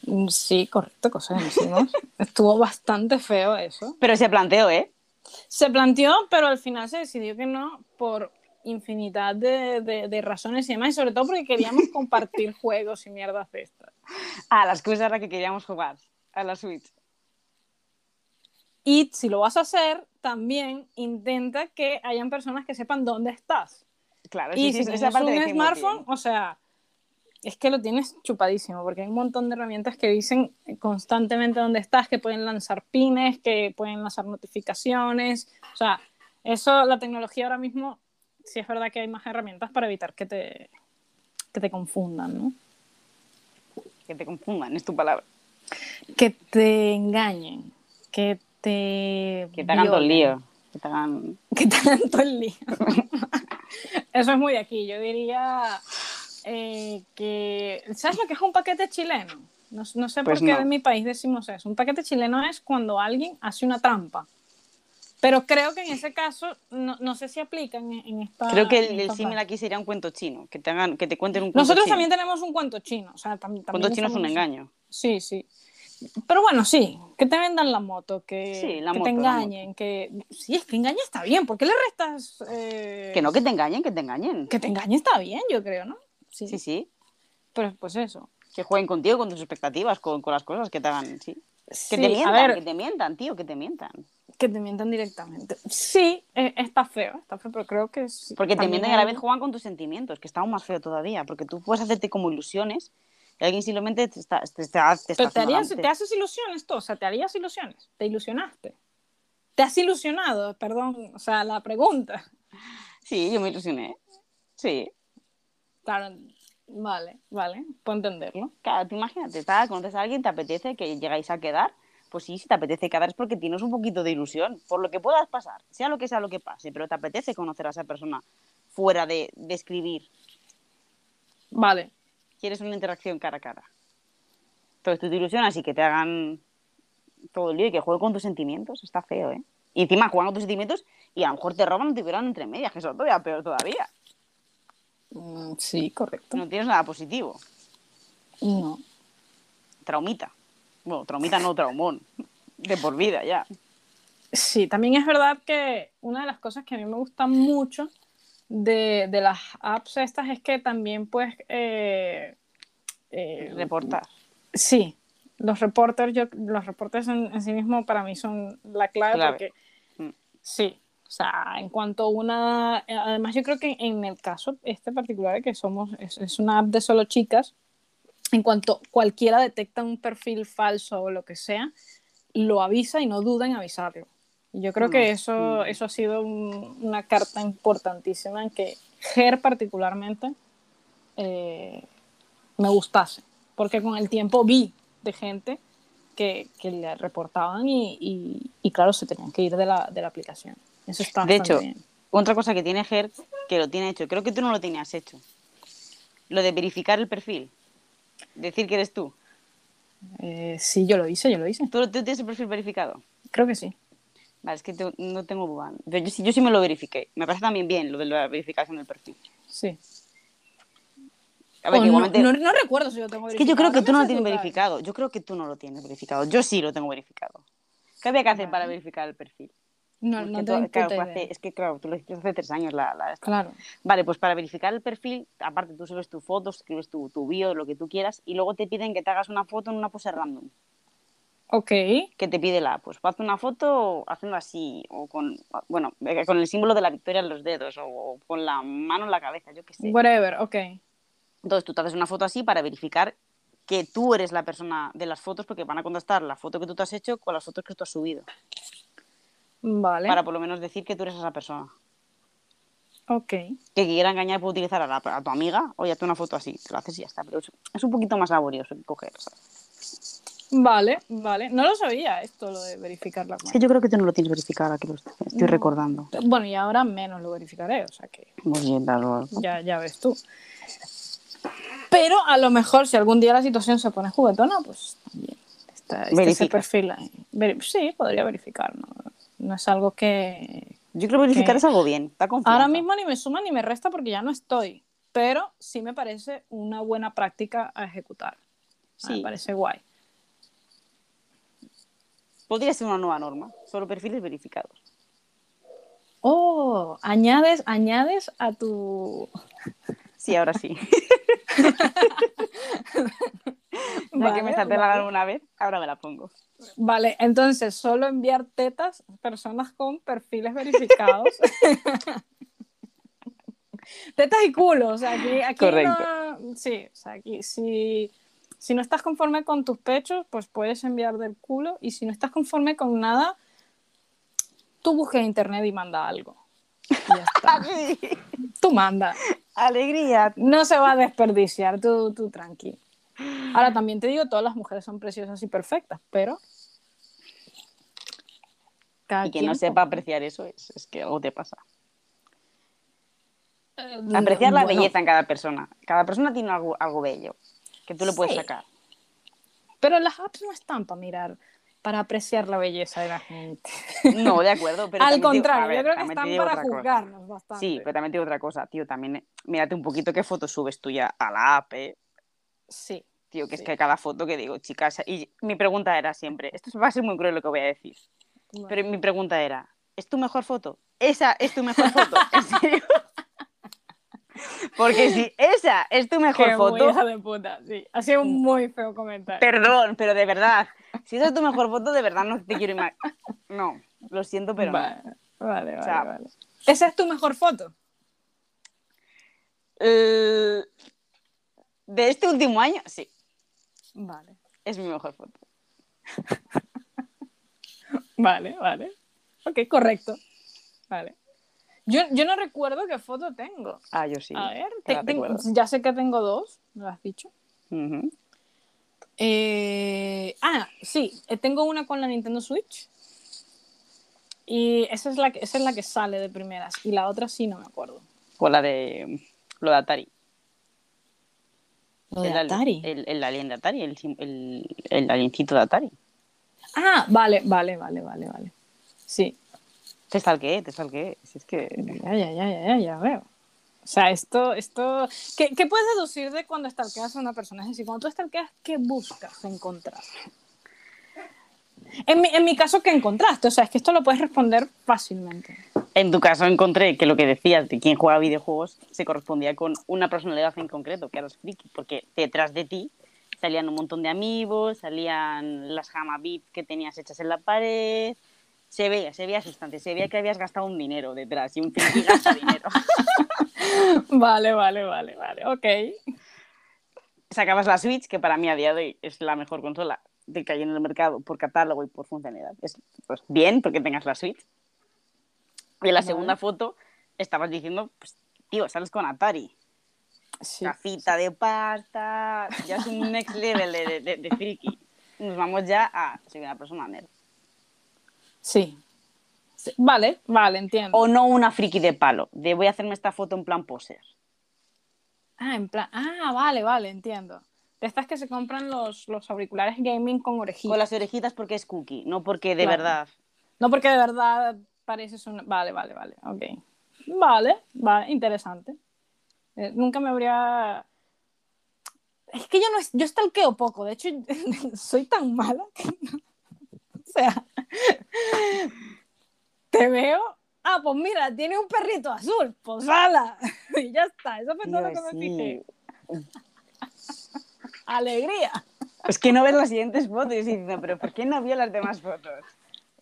Speaker 1: Mm, Sí, correcto, cosa que no hicimos. Estuvo bastante feo eso.
Speaker 2: Pero se planteó, ¿eh?
Speaker 1: Se planteó, pero al final se decidió que no por infinidad de, de- de razones y demás, y sobre todo porque queríamos compartir juegos y mierdas de estas.
Speaker 2: A las cosas a las que queríamos jugar, a la Switch.
Speaker 1: Y si lo vas a hacer, también intenta que hayan personas que sepan dónde estás.
Speaker 2: Claro, sí,
Speaker 1: Y
Speaker 2: sí,
Speaker 1: si
Speaker 2: esa
Speaker 1: tienes
Speaker 2: parte la
Speaker 1: un
Speaker 2: hicimos
Speaker 1: smartphone,
Speaker 2: bien.
Speaker 1: o sea, es que lo tienes chupadísimo, porque hay un montón de herramientas que dicen constantemente dónde estás, que pueden lanzar pines, que pueden lanzar notificaciones. O sea, eso, la tecnología ahora mismo, sí es verdad que hay más herramientas para evitar que te, que te confundan, ¿no?
Speaker 2: Que te confundan, es tu palabra.
Speaker 1: Que te engañen, que te.
Speaker 2: Que te hagan todo el
Speaker 1: violen.
Speaker 2: lío. Que te hagan...
Speaker 1: que tanto el lío. Eso es muy de aquí. Yo diría eh, que. ¿Sabes lo que es un paquete chileno? No, no sé
Speaker 2: Pues
Speaker 1: por qué
Speaker 2: no.
Speaker 1: en mi país decimos eso. Un paquete chileno es cuando alguien hace una trampa. Pero creo que en ese caso, no, no sé si aplica en, en esta.
Speaker 2: Creo que
Speaker 1: en
Speaker 2: el, el
Speaker 1: esta
Speaker 2: símil
Speaker 1: parte.
Speaker 2: aquí sería un cuento chino, que te, hagan, que te cuenten un cuento
Speaker 1: Nosotros
Speaker 2: chino.
Speaker 1: también tenemos un cuento chino. O sea, tam- también
Speaker 2: Cuento chino es un
Speaker 1: usamos-
Speaker 2: engaño.
Speaker 1: Sí, sí. Pero bueno, sí, que te vendan la moto, que,
Speaker 2: Sí, la
Speaker 1: que
Speaker 2: moto,
Speaker 1: te
Speaker 2: la
Speaker 1: engañen, que... Sí, es que engaña está bien, ¿por qué le restas...? eh,
Speaker 2: Que no, que te engañen, que te engañen.
Speaker 1: Que te engañe está bien, yo creo, ¿no? Sí.
Speaker 2: Sí, sí.
Speaker 1: Pero pues eso.
Speaker 2: Que jueguen contigo, con tus expectativas, con, con las cosas que te hagan, sí. Que
Speaker 1: Sí,
Speaker 2: te mientan,
Speaker 1: a ver,
Speaker 2: que te mientan, tío, que te mientan.
Speaker 1: que te mientan directamente. Sí, eh, está feo, está feo, pero creo que sí.
Speaker 2: Porque te
Speaker 1: También
Speaker 2: mienten y a la
Speaker 1: hay-
Speaker 2: vez juegan con tus sentimientos, que está aún más feo todavía, porque tú puedes hacerte como ilusiones Y alguien simplemente te está, te está, te está
Speaker 1: Pero te, harías-
Speaker 2: haciendo
Speaker 1: te
Speaker 2: la-
Speaker 1: haces ilusiones tú, o sea, te harías ilusiones, te ilusionaste. Te has ilusionado, perdón, o sea, la pregunta.
Speaker 2: Sí, yo me ilusioné. Sí.
Speaker 1: Claro, vale, vale, puedo entenderlo.
Speaker 2: Claro, tú imagínate, estás, conoces a alguien, te apetece que llegáis a quedar. Pues sí, si te apetece quedar es porque tienes un poquito de ilusión, por lo que puedas pasar, sea lo que sea lo que pase, pero te apetece conocer a esa persona fuera de, de escribir.
Speaker 1: Vale,
Speaker 2: Quieres una interacción cara a cara. Entonces tú te ilusionas y que te hagan todo el lío y que jueguen con tus sentimientos, está feo, ¿eh? Y encima juegan con tus sentimientos y a lo mejor te roban o te violan entre medias, que eso es todavía peor todavía.
Speaker 1: Mm, sí, correcto.
Speaker 2: No tienes nada positivo.
Speaker 1: No.
Speaker 2: Traumita. Bueno, traumita no, traumón. De por vida ya.
Speaker 1: Sí, también es verdad que una de las cosas que a mí me gusta mucho de, de las apps estas es que también pues... eh, eh,
Speaker 2: Reportar.
Speaker 1: Sí, los reporters, yo, los reporters en, en sí mismo para mí son la clave,
Speaker 2: Clave.
Speaker 1: porque
Speaker 2: Mm.
Speaker 1: sí, o sea, en cuanto a una, además yo creo que en el caso este particular de que somos, es, es una app de solo chicas, en cuanto cualquiera detecta un perfil falso o lo que sea, lo avisa y no duda en avisarlo. Y Yo creo
Speaker 2: Mm,
Speaker 1: que eso,
Speaker 2: mm.
Speaker 1: eso ha sido un- una carta importantísima en que Ger particularmente eh, me gustase, porque con el tiempo vi de gente que, que le reportaban y, y- y, claro, se tenían que ir de la, de la aplicación. Eso está
Speaker 2: De
Speaker 1: bastante
Speaker 2: hecho,
Speaker 1: bien.
Speaker 2: otra cosa que tiene Ger, que lo tiene hecho, creo que tú no lo tenías hecho. Lo de verificar el perfil. Decir que eres tú.
Speaker 1: Eh, sí, yo lo hice, yo lo hice.
Speaker 2: ¿Tú, tú tienes el perfil verificado?
Speaker 1: Creo que sí.
Speaker 2: Vale, es que te- no tengo duda. Yo, yo sí- yo sí me lo verifiqué. Me parece también bien lo de la verificación del perfil.
Speaker 1: Sí.
Speaker 2: A ver,
Speaker 1: O
Speaker 2: que
Speaker 1: no,
Speaker 2: igualmente-
Speaker 1: no- no recuerdo si yo tengo
Speaker 2: Es que yo creo que tú no lo tienes
Speaker 1: verificado. me hace dudar.
Speaker 2: verificado. Yo creo que tú no lo tienes verificado. Yo sí lo tengo verificado. ¿Qué había que hacer
Speaker 1: Vale.
Speaker 2: para verificar el perfil?
Speaker 1: No,
Speaker 2: Porque
Speaker 1: no
Speaker 2: todo-
Speaker 1: tengo ni
Speaker 2: claro,
Speaker 1: puta
Speaker 2: fue
Speaker 1: idea.
Speaker 2: hace- es que claro, tú lo hiciste hace tres años la, la-
Speaker 1: Claro.
Speaker 2: Vale, pues para verificar el perfil, aparte tú subes tu foto, escribes tu, tu bio, lo que tú quieras, y luego te piden que te hagas una foto en una pose random,
Speaker 1: Ok.
Speaker 2: que te pide la, pues haz una foto haciendo así, o con, bueno, eh, con el símbolo de la victoria en los dedos, o, o con la mano en la cabeza, yo qué sé.
Speaker 1: Whatever, ok.
Speaker 2: Entonces tú te haces una foto así para verificar que tú eres la persona de las fotos, porque van a contrastar la foto que tú te has hecho con las fotos que tú has subido,
Speaker 1: Vale.
Speaker 2: para por lo menos decir que tú eres esa persona.
Speaker 1: Ok.
Speaker 2: que quiera engañar puede utilizar a, la- a tu amiga, oye, hazte una foto así, te lo haces y ya está. Pero es, es un poquito más laborioso que coger. ¿sabes?
Speaker 1: Vale, vale. No lo sabía esto, lo de verificar la
Speaker 2: Es que
Speaker 1: cuenta.
Speaker 2: yo creo que tú no lo tienes verificado, ahora que lo estoy, estoy
Speaker 1: No.
Speaker 2: recordando.
Speaker 1: Bueno, y ahora menos lo verificaré, o sea que
Speaker 2: Muy bien, claro.
Speaker 1: ya, ya ves tú. Pero a lo mejor si algún día la situación se pone juguetona, pues también está, este está ese
Speaker 2: Verifica.
Speaker 1: perfil. ahí. Ver- sí, podría verificar, ¿no? No es algo que
Speaker 2: Yo creo que verificar
Speaker 1: Ok.
Speaker 2: es algo bien, está confianza.
Speaker 1: ahora mismo ni me suma ni me resta porque ya no estoy. Pero sí me parece una buena práctica a ejecutar. Sí.
Speaker 2: Sí.
Speaker 1: Me parece guay.
Speaker 2: Podría ser una nueva norma, solo perfiles verificados.
Speaker 1: Oh, añades, añades a tu.
Speaker 2: Sí, ahora sí. La que me
Speaker 1: Vale,
Speaker 2: salté la
Speaker 1: vale.
Speaker 2: gana una vez, ahora me la pongo.
Speaker 1: Vale, entonces solo enviar tetas a personas con perfiles verificados. tetas y culo, o sea, aquí, aquí
Speaker 2: Correcto.
Speaker 1: no- sí, o sea, aquí si, si no estás conforme con tus pechos, pues puedes enviar del culo y si no estás conforme con nada, tú busca en internet y manda algo. Y ya está. tú manda.
Speaker 2: Alegría.
Speaker 1: No se va a desperdiciar, tú, tú tranqui. Ahora también te digo, todas las mujeres son preciosas y perfectas, pero. cada
Speaker 2: Y que
Speaker 1: quien-
Speaker 2: no sepa apreciar eso, es, es que algo te pasa.
Speaker 1: Eh,
Speaker 2: Apreciar la
Speaker 1: bueno,
Speaker 2: belleza en cada persona. Cada persona tiene algo, algo bello que tú le puedes
Speaker 1: Sí.
Speaker 2: sacar.
Speaker 1: Pero las apps no están para mirar, para apreciar la belleza de la gente.
Speaker 2: No, de acuerdo, pero
Speaker 1: Al
Speaker 2: también te digo-
Speaker 1: contrario,
Speaker 2: a ver,
Speaker 1: yo creo que
Speaker 2: también te
Speaker 1: están
Speaker 2: digo
Speaker 1: para
Speaker 2: otra cosa.
Speaker 1: juzgarnos bastante.
Speaker 2: Sí, pero también te digo otra cosa, tío, también eh, mírate un poquito qué fotos subes tú ya a la app, eh,
Speaker 1: Sí.
Speaker 2: tío, que es
Speaker 1: Sí.
Speaker 2: que cada foto que digo, chicas, y mi pregunta era siempre, esto va a ser muy cruel lo que voy a decir,
Speaker 1: Bueno,
Speaker 2: pero mi pregunta era, ¿es tu mejor foto? Esa es tu mejor foto, en serio. Porque si esa es tu mejor
Speaker 1: qué
Speaker 2: foto,
Speaker 1: hija de puta, sí. Ha sido un muy feo comentario.
Speaker 2: perdón, pero de verdad, si esa es tu mejor foto, de verdad no te quiero imaginar. No, lo siento, pero no.
Speaker 1: vale, vale, vale,
Speaker 2: O sea,
Speaker 1: vale. Esa es tu mejor foto.
Speaker 2: Eh, de este último año, sí.
Speaker 1: Vale.
Speaker 2: Es mi mejor foto.
Speaker 1: Vale, vale. Ok, correcto. Vale. Yo, yo no recuerdo qué foto tengo.
Speaker 2: Ah, yo sí.
Speaker 1: A ver,
Speaker 2: que la
Speaker 1: te- tengo-
Speaker 2: recuerdo.
Speaker 1: ya sé que tengo dos, me lo has dicho.
Speaker 2: Ujú.
Speaker 1: Eh, ah, sí, eh, tengo una con la Nintendo Switch. Y esa es, la que, esa es la que sale de primeras. Y la otra sí, no me acuerdo.
Speaker 2: O la de. Lo de Atari.
Speaker 1: ¿Lo de
Speaker 2: el, al-
Speaker 1: Atari?
Speaker 2: El, el alien de Atari, el, sim- el, el aliencito de Atari.
Speaker 1: Ah, vale, vale, vale, vale, vale. Sí,
Speaker 2: Te salqué, te salqué. Si es que.
Speaker 1: ya, ya, ya, ya, ya, ya veo. O sea, esto, esto... ¿Qué, qué puedes deducir de cuando stalkeas a una persona? Es decir, cuando tú stalkeas, ¿qué buscas encontrar? En mi, en mi caso, ¿qué encontraste? O sea, es que esto lo puedes responder fácilmente.
Speaker 2: En tu caso encontré que lo que decías de quien juega videojuegos se correspondía con una personalidad en concreto, que eras friki, porque detrás de ti salían un montón de amigos, salían las jamabits que tenías hechas en la pared. Se veía, se veía sustancia, se veía que habías gastado un dinero detrás y un friki gasta dinero.
Speaker 1: Vale, vale, vale, vale. Ok.
Speaker 2: Sacabas la Switch, que para mí a día de hoy es la mejor consola de que hay en el mercado por catálogo y por funcionalidad. Es pues, bien porque tengas la Switch. Y en la
Speaker 1: Vale.
Speaker 2: segunda foto estabas diciendo, pues, tío, sales con Atari.
Speaker 1: Sí.
Speaker 2: cafita de pasta, ya es un next level de, de, de- de friki. Nos vamos ya a soy una persona nerd.
Speaker 1: Sí. Sí. Vale, vale, entiendo.
Speaker 2: O no una friki de palo, de voy a hacerme esta foto en plan poser.
Speaker 1: Ah, en plan. Ah, vale, vale, entiendo. De estas que se compran los, los auriculares gaming con
Speaker 2: Con
Speaker 1: orejitas.
Speaker 2: las orejitas porque es cookie, no porque de
Speaker 1: Claro.
Speaker 2: verdad.
Speaker 1: No porque de verdad pareces una. Vale, vale, vale. Ok. Vale, vale, interesante. Eh, nunca me habría. Es que yo no. es- Yo stalkeo poco. De hecho, soy tan mala que. no- O sea. Te veo. Ah, pues mira, tiene un perrito azul. Pues ala. Y ya está. Eso fue todo Pues lo
Speaker 2: Tío,
Speaker 1: que me
Speaker 2: sí.
Speaker 1: fijé. Alegría.
Speaker 2: Es que no ves las siguientes fotos y diciendo, pero ¿por qué no vio las demás fotos?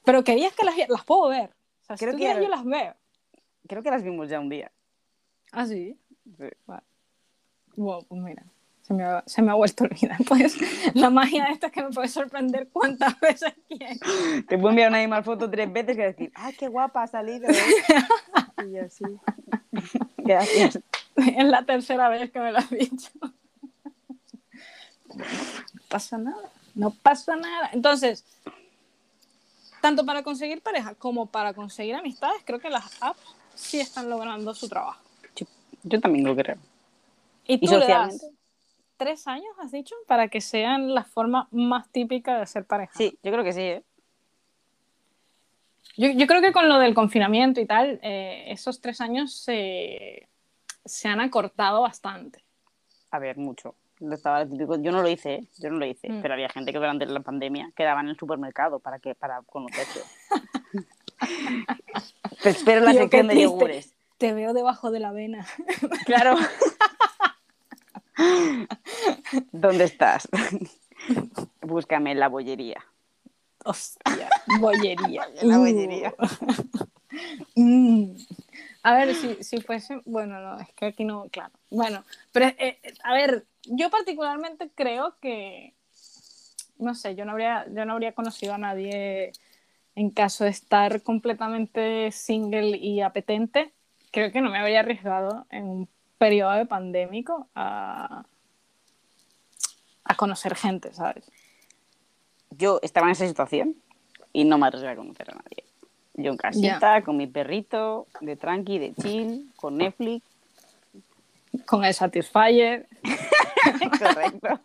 Speaker 1: Pero querías que las, las puedo ver. O sea, si
Speaker 2: Creo
Speaker 1: tú
Speaker 2: que-
Speaker 1: quieres, yo las veo.
Speaker 2: Creo que las vimos ya un día.
Speaker 1: Ah, sí.
Speaker 2: Sí.
Speaker 1: Wow, pues mira, se me ha, se me ha vuelto a olvidar. Pues la magia de esto es que me puede sorprender cuántas veces quieres.
Speaker 2: Te puedo enviar una misma foto tres veces que decir, ¡ah, qué guapa ha salido! Y yo sí. Gracias.
Speaker 1: Es la tercera vez que me lo has dicho. No pasa nada, no pasa nada. Entonces, tanto para conseguir pareja como para conseguir amistades, creo que las apps sí están logrando su trabajo.
Speaker 2: Yo, yo también lo creo.
Speaker 1: Y tú le das
Speaker 2: socialmente?
Speaker 1: tres años, has dicho, para que sean la forma más típica de hacer pareja.
Speaker 2: Sí, yo creo que sí, ¿eh?
Speaker 1: Yo, yo creo que con lo del confinamiento y tal, eh, esos tres años se, se han acortado bastante.
Speaker 2: A ver, mucho. Lo Estaba lo típico. Yo no lo hice, ¿eh? yo no lo hice,
Speaker 1: Mm.
Speaker 2: pero había gente que durante la pandemia quedaba en el supermercado para que para conocerse. Te espero en la
Speaker 1: Tío,
Speaker 2: sección
Speaker 1: qué
Speaker 2: de
Speaker 1: triste.
Speaker 2: yogures.
Speaker 1: Te veo debajo de la vena.
Speaker 2: Claro. ¿Dónde estás? Búscame en la bollería.
Speaker 1: Hostia, bollería.
Speaker 2: La bollería.
Speaker 1: Mm. A ver, si, si fuese. Bueno, no, es que aquí no, claro. Bueno, pero eh, a ver, yo particularmente creo que. No sé, yo no habría, yo no habría conocido a nadie en caso de estar completamente single y apetente. Creo que no me habría arriesgado en un periodo de pandémico a, a conocer gente, ¿sabes?
Speaker 2: Yo estaba en esa situación y no me arriesgué a conocer a nadie. Yo en casita, con mi perrito, de tranqui, de chill, con Netflix.
Speaker 1: Con el Satisfyer.
Speaker 2: Correcto.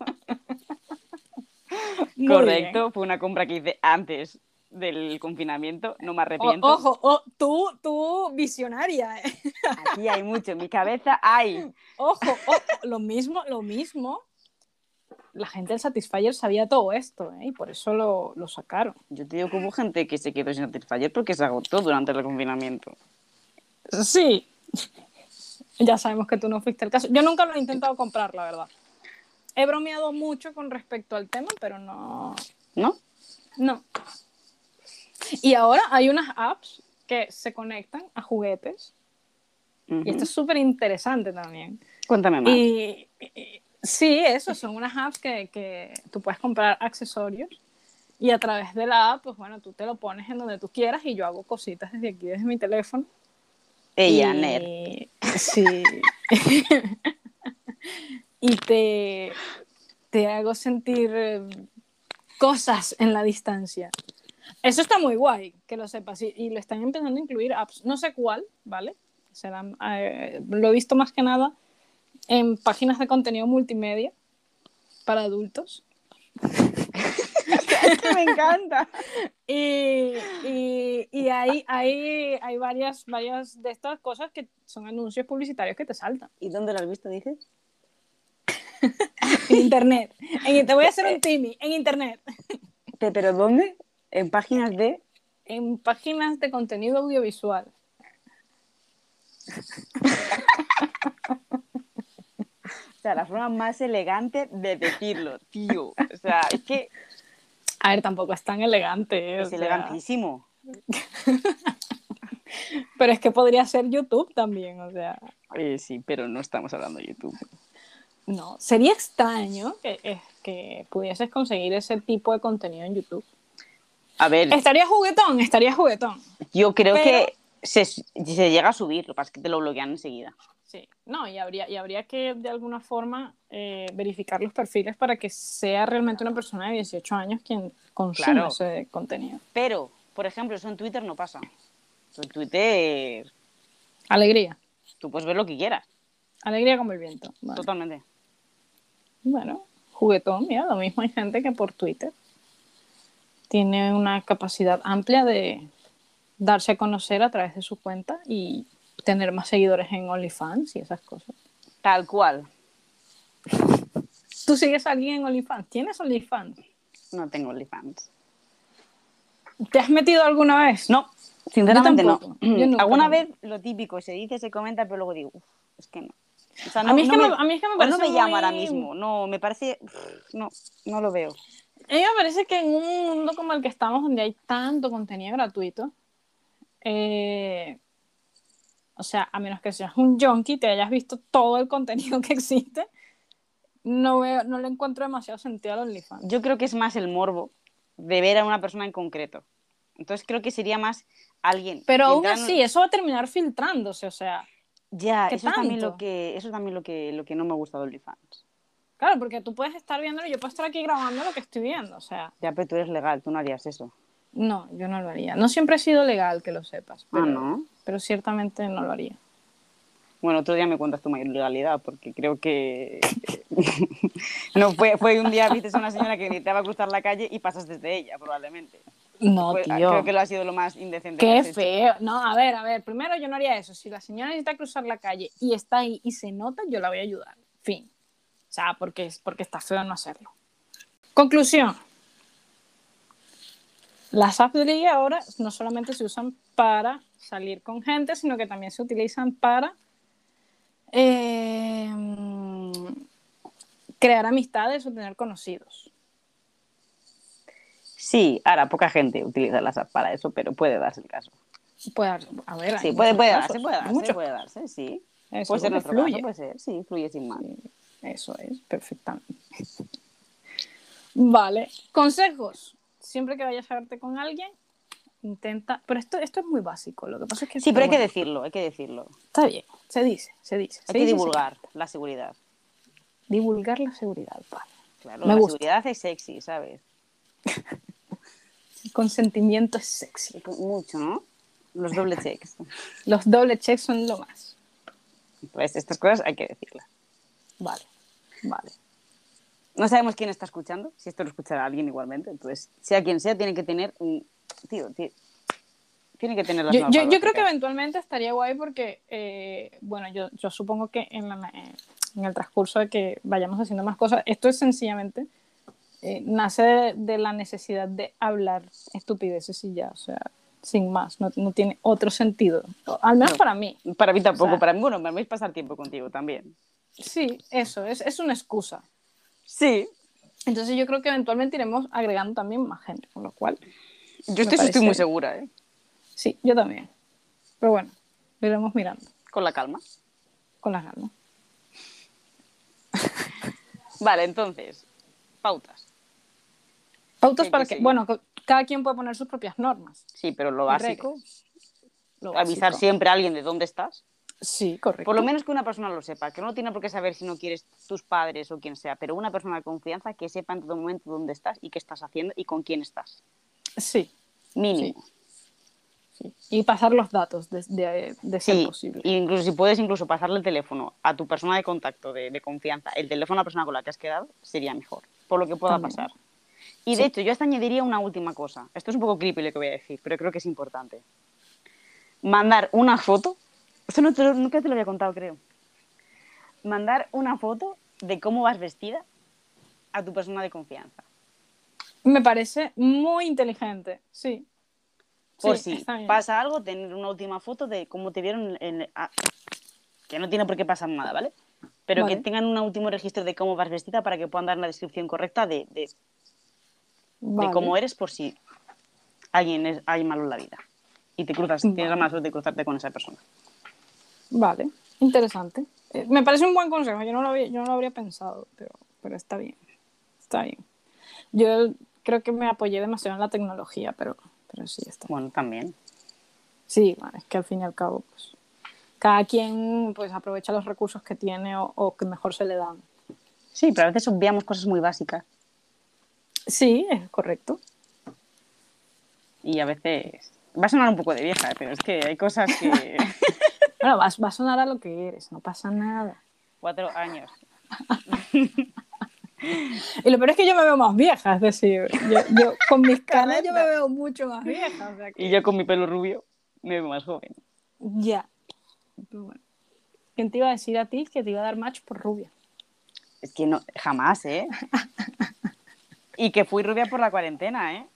Speaker 1: Muy bien.
Speaker 2: Correcto, fue una compra que hice antes del confinamiento, no me
Speaker 1: O-
Speaker 2: arrepiento.
Speaker 1: ojo, o- tú, tú visionaria, ¿eh?
Speaker 2: Aquí hay mucho, en mi cabeza hay.
Speaker 1: ojo, ojo, lo mismo, lo mismo. La gente del Satisfyer sabía todo esto, ¿eh? Y por eso lo, lo sacaron.
Speaker 2: Yo te digo que hubo gente que se quedó sin satisfacer porque se agotó durante el confinamiento.
Speaker 1: Sí. Ya sabemos que tú no fuiste el caso. Yo nunca lo he intentado comprar, la verdad. He bromeado mucho con respecto al tema, pero no,
Speaker 2: ¿No?
Speaker 1: No. Y ahora hay unas apps que se conectan a juguetes.
Speaker 2: Ujú.
Speaker 1: Y esto es súper interesante también.
Speaker 2: Cuéntame más.
Speaker 1: Y, y- Sí, eso, son unas apps que, que tú puedes comprar accesorios y a través de la app, pues bueno, tú te lo pones en donde tú quieras y yo hago cositas desde aquí, desde mi teléfono.
Speaker 2: Ella,
Speaker 1: Y-
Speaker 2: nerd.
Speaker 1: Sí. y te, te hago sentir eh, cosas en la distancia. Eso está muy guay, que lo sepas. Y, y lo están empezando a incluir apps, no sé cuál, ¿vale? Serán, eh, lo he visto más que nada en páginas de contenido multimedia para adultos.
Speaker 2: Es que me encanta.
Speaker 1: Y, y- y hay, hay, hay varias, varias de estas cosas que son anuncios publicitarios que te saltan.
Speaker 2: ¿Y dónde lo has visto, dices?
Speaker 1: En internet. En- te voy a hacer un timi. En internet.
Speaker 2: Pe- ¿Pero dónde? En páginas de...
Speaker 1: En páginas de contenido audiovisual.
Speaker 2: O sea, la forma más elegante de decirlo, tío. O sea, es que
Speaker 1: A ver, tampoco es tan elegante. o
Speaker 2: es
Speaker 1: sea,
Speaker 2: elegantísimo.
Speaker 1: Pero es que podría ser YouTube también. O sea,
Speaker 2: Eh, sí, pero no estamos hablando de YouTube.
Speaker 1: no. Sería extraño que, eh, que pudieses conseguir ese tipo de contenido en YouTube.
Speaker 2: A ver,
Speaker 1: Estaría juguetón, estaría juguetón.
Speaker 2: yo creo
Speaker 1: pero-
Speaker 2: que se, se llega a subir, lo que pasa es que te lo bloquean enseguida.
Speaker 1: Sí, no, y habría, y habría que de alguna forma eh, verificar los perfiles para que sea realmente una persona de 18 años quien consume
Speaker 2: Claro.
Speaker 1: ese contenido.
Speaker 2: Pero, por ejemplo, eso en Twitter no pasa. Eso En Twitter
Speaker 1: Alegría,
Speaker 2: tú puedes ver lo que quieras,
Speaker 1: alegría como el viento. Vale.
Speaker 2: totalmente.
Speaker 1: Bueno, juguetón, mira, lo mismo hay gente que por Twitter tiene una capacidad amplia de darse a conocer a través de su cuenta y tener más seguidores en OnlyFans y esas cosas.
Speaker 2: Tal cual.
Speaker 1: ¿Tú sigues a alguien en OnlyFans? ¿Tienes OnlyFans?
Speaker 2: No tengo OnlyFans.
Speaker 1: ¿Te has metido alguna vez?
Speaker 2: No, sinceramente
Speaker 1: Yo
Speaker 2: no. Mm.
Speaker 1: tampoco. Yo nunca
Speaker 2: Alguna
Speaker 1: tampoco.
Speaker 2: vez lo típico, se dice, se comenta, pero luego digo, "Uf, es que no. O sea,
Speaker 1: A mí es que me- a mí es que me
Speaker 2: o no
Speaker 1: parece
Speaker 2: me llama
Speaker 1: muy-
Speaker 2: ahora mismo. No, me parece. uf, No, no lo veo.
Speaker 1: A mí me parece que en un mundo como el que estamos, donde hay tanto contenido gratuito, eh, o sea, a menos que seas un junkie, te hayas visto todo el contenido que existe, no veo, no le encuentro demasiado sentido al OnlyFans.
Speaker 2: Yo creo que es más el morbo de ver a una persona en concreto. Entonces creo que sería más alguien.
Speaker 1: Pero
Speaker 2: que
Speaker 1: aún
Speaker 2: entra en-
Speaker 1: así, eso va a terminar filtrándose, o sea,
Speaker 2: Ya,
Speaker 1: ¿qué
Speaker 2: eso es también lo
Speaker 1: tanto?
Speaker 2: que, eso es también lo que, lo que no me gusta de OnlyFans.
Speaker 1: claro, porque tú puedes estar viéndolo y yo puedo estar aquí grabando lo que estoy viendo, o sea,
Speaker 2: Ya, pero tú eres legal, tú no harías eso.
Speaker 1: no, yo no lo haría. No siempre he sido legal, que lo sepas, pero,
Speaker 2: Ah, ¿no?
Speaker 1: pero ciertamente no lo haría.
Speaker 2: Bueno, otro día me cuentas tu mayor legalidad, porque creo que. no fue, fue un día viste a una señora que intentaba cruzar la calle y pasaste de ella, probablemente.
Speaker 1: No,
Speaker 2: Fue-
Speaker 1: Oh, tío.
Speaker 2: Pues, Creo que lo ha sido lo más indecente que
Speaker 1: Qué
Speaker 2: has hecho.
Speaker 1: feo. No, a ver, a ver, primero yo no haría eso. Si la señora necesita cruzar la calle y está ahí y se nota, yo la voy a ayudar. Fin. O sea, porque, porque está feo no hacerlo. Conclusión. Las apps de ligue ahora no solamente se usan para salir con gente, sino que también se utilizan para eh, crear amistades o tener conocidos.
Speaker 2: Sí, ahora poca gente utiliza las apps para eso, pero puede darse el caso.
Speaker 1: Puede, haber- a ver, hay
Speaker 2: Sí, puede,
Speaker 1: muchos
Speaker 2: puede
Speaker 1: casos,
Speaker 2: darse, puede
Speaker 1: hay
Speaker 2: darse,
Speaker 1: muchos
Speaker 2: puede darse, sí.
Speaker 1: Eso
Speaker 2: puede
Speaker 1: es lo
Speaker 2: ser
Speaker 1: que
Speaker 2: nuestro
Speaker 1: fluye.
Speaker 2: caso, puede ser, sí, fluye sin más.
Speaker 1: Eh, Eso es, perfectamente. Vale, consejos. Siempre que vayas a verte con alguien, intenta. Pero esto, esto es muy básico. Lo que pasa es que.
Speaker 2: Sí, pero hay que
Speaker 1: bueno,
Speaker 2: decirlo, hay que decirlo.
Speaker 1: Está bien, se dice, se dice. se
Speaker 2: Hay que
Speaker 1: dice,
Speaker 2: divulgar la seguridad.
Speaker 1: se- Divulgar la seguridad, vale.
Speaker 2: Claro,
Speaker 1: Me
Speaker 2: la
Speaker 1: gusta.
Speaker 2: seguridad es sexy, ¿sabes?
Speaker 1: El consentimiento es sexy.
Speaker 2: Y con- Mucho, ¿no? Los doble checks.
Speaker 1: Los doble checks son lo más.
Speaker 2: Pues estas cosas hay que decirlas.
Speaker 1: Vale, vale.
Speaker 2: No sabemos quién está escuchando, si esto lo escuchará alguien igualmente. Entonces, sea quien sea, tiene que tener un. Tío, tío. Tiene que tener las
Speaker 1: Yo,
Speaker 2: normas
Speaker 1: yo- yo creo
Speaker 2: básicas.
Speaker 1: que eventualmente estaría guay porque, eh, bueno, yo, yo supongo que en, la- en el transcurso de que vayamos haciendo más cosas, esto es sencillamente, eh, nace de, de la necesidad de hablar estupideces y ya, o sea, sin más, no, no tiene otro sentido, o- al menos
Speaker 2: No.
Speaker 1: para mí.
Speaker 2: Para mí tampoco,
Speaker 1: O sea-
Speaker 2: para mí, bueno, me vais a pasar tiempo contigo también.
Speaker 1: Sí, eso, es, es una excusa.
Speaker 2: Sí,
Speaker 1: Entonces yo creo que eventualmente iremos agregando también más gente, con lo cual,
Speaker 2: yo
Speaker 1: Me
Speaker 2: estoy, estoy muy
Speaker 1: parece.
Speaker 2: segura, ¿eh?
Speaker 1: sí, yo también. Pero bueno, lo iremos mirando
Speaker 2: Con la calma.
Speaker 1: con las ganas.
Speaker 2: Vale, entonces, pautas.
Speaker 1: Pautas
Speaker 2: Sí,
Speaker 1: para
Speaker 2: sí,
Speaker 1: que,
Speaker 2: sí.
Speaker 1: bueno, co- cada quien puede poner sus propias normas.
Speaker 2: Sí, pero lo
Speaker 1: Correcto.
Speaker 2: básico.
Speaker 1: Lo
Speaker 2: Avisar
Speaker 1: básico.
Speaker 2: siempre a alguien de dónde estás.
Speaker 1: Sí, correcto.
Speaker 2: Por lo menos que una persona lo sepa, que no tiene por qué saber si no quieres tus padres o quien sea, pero una persona de confianza que sepa en todo momento dónde estás y qué estás haciendo y con quién estás.
Speaker 1: Sí,
Speaker 2: Mínimo.
Speaker 1: sí. Y pasar los datos de, de- de ser
Speaker 2: Sí,
Speaker 1: posible.
Speaker 2: incluso si puedes incluso pasarle el teléfono a tu persona de contacto, de, de confianza, el teléfono a la persona con la que has quedado, sería mejor, por lo que pueda
Speaker 1: También.
Speaker 2: pasar. Y de hecho, yo hasta añadiría una última cosa. Esto es un poco creepy lo que voy a decir, pero creo que es importante. Mandar una foto. Esto no te lo- nunca te lo había contado, creo. Mandar una foto de cómo vas vestida a tu persona de confianza.
Speaker 1: Me parece muy inteligente, sí.
Speaker 2: Por
Speaker 1: Sí,
Speaker 2: si
Speaker 1: está bien.
Speaker 2: pasa algo, tener una última foto de cómo te vieron en... a- que no tiene por qué pasar nada, ¿vale? Pero que
Speaker 1: Vale.
Speaker 2: tengan un último registro de cómo vas vestida para que puedan dar la descripción correcta de, de- de
Speaker 1: Vale.
Speaker 2: cómo eres por si alguien es, hay malo en la vida. Y te cruzas, tienes la
Speaker 1: Vale.
Speaker 2: mala suerte de cruzarte con esa persona.
Speaker 1: Vale, interesante. Eh, me parece un buen consejo, yo no lo había, yo no lo habría pensado, pero, pero está bien. Está bien. Yo creo que me apoyé demasiado en la tecnología, pero, pero sí está.
Speaker 2: Bueno, también.
Speaker 1: Sí, bueno, es que al fin y al cabo, pues, cada quien pues aprovecha los recursos que tiene o, o que mejor se le dan.
Speaker 2: Sí, pero a veces obviamos cosas muy básicas
Speaker 1: Sí, es correcto.
Speaker 2: y a veces... Va a sonar un poco de vieja, ¿eh? pero es que hay cosas que...
Speaker 1: Bueno, vas, va a sonar a lo que eres, no pasa nada.
Speaker 2: Cuatro años.
Speaker 1: Y lo peor es que yo me veo más vieja, es decir, yo, yo con mis canas yo me veo mucho más vieja. o sea que-
Speaker 2: Y yo con mi pelo rubio me veo más joven.
Speaker 1: Ya. Pero bueno. ¿Quién te iba a decir a ti que te iba a dar match por rubia?
Speaker 2: Es que no, jamás, ¿eh? y que fui rubia por la cuarentena, ¿eh?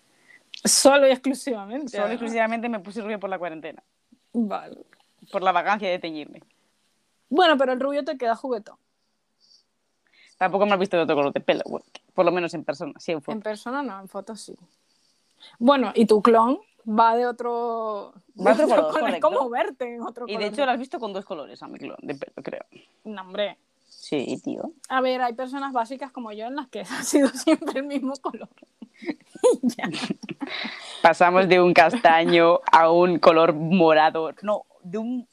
Speaker 1: Solo y exclusivamente.
Speaker 2: Solo
Speaker 1: ¿no?
Speaker 2: exclusivamente me puse rubia por la cuarentena.
Speaker 1: Vale.
Speaker 2: Por la vacancia de teñirme.
Speaker 1: Bueno, pero el rubio te queda juguetón.
Speaker 2: Tampoco me has visto de otro color de pelo, bueno, por lo menos en persona, sí, en foto.
Speaker 1: En persona no, en foto sí. Bueno, y tu clon va de otro.
Speaker 2: Va otro
Speaker 1: de
Speaker 2: color,
Speaker 1: Es
Speaker 2: correcto.
Speaker 1: como verte en otro
Speaker 2: Y
Speaker 1: color.
Speaker 2: de hecho la has visto con dos colores a mi clon de pelo, creo.
Speaker 1: No, hombre.
Speaker 2: Sí, tío.
Speaker 1: A ver, hay personas básicas como yo en las que ha sido siempre el mismo color. Y ya.
Speaker 2: Pasamos de un castaño a un color morado. No, de un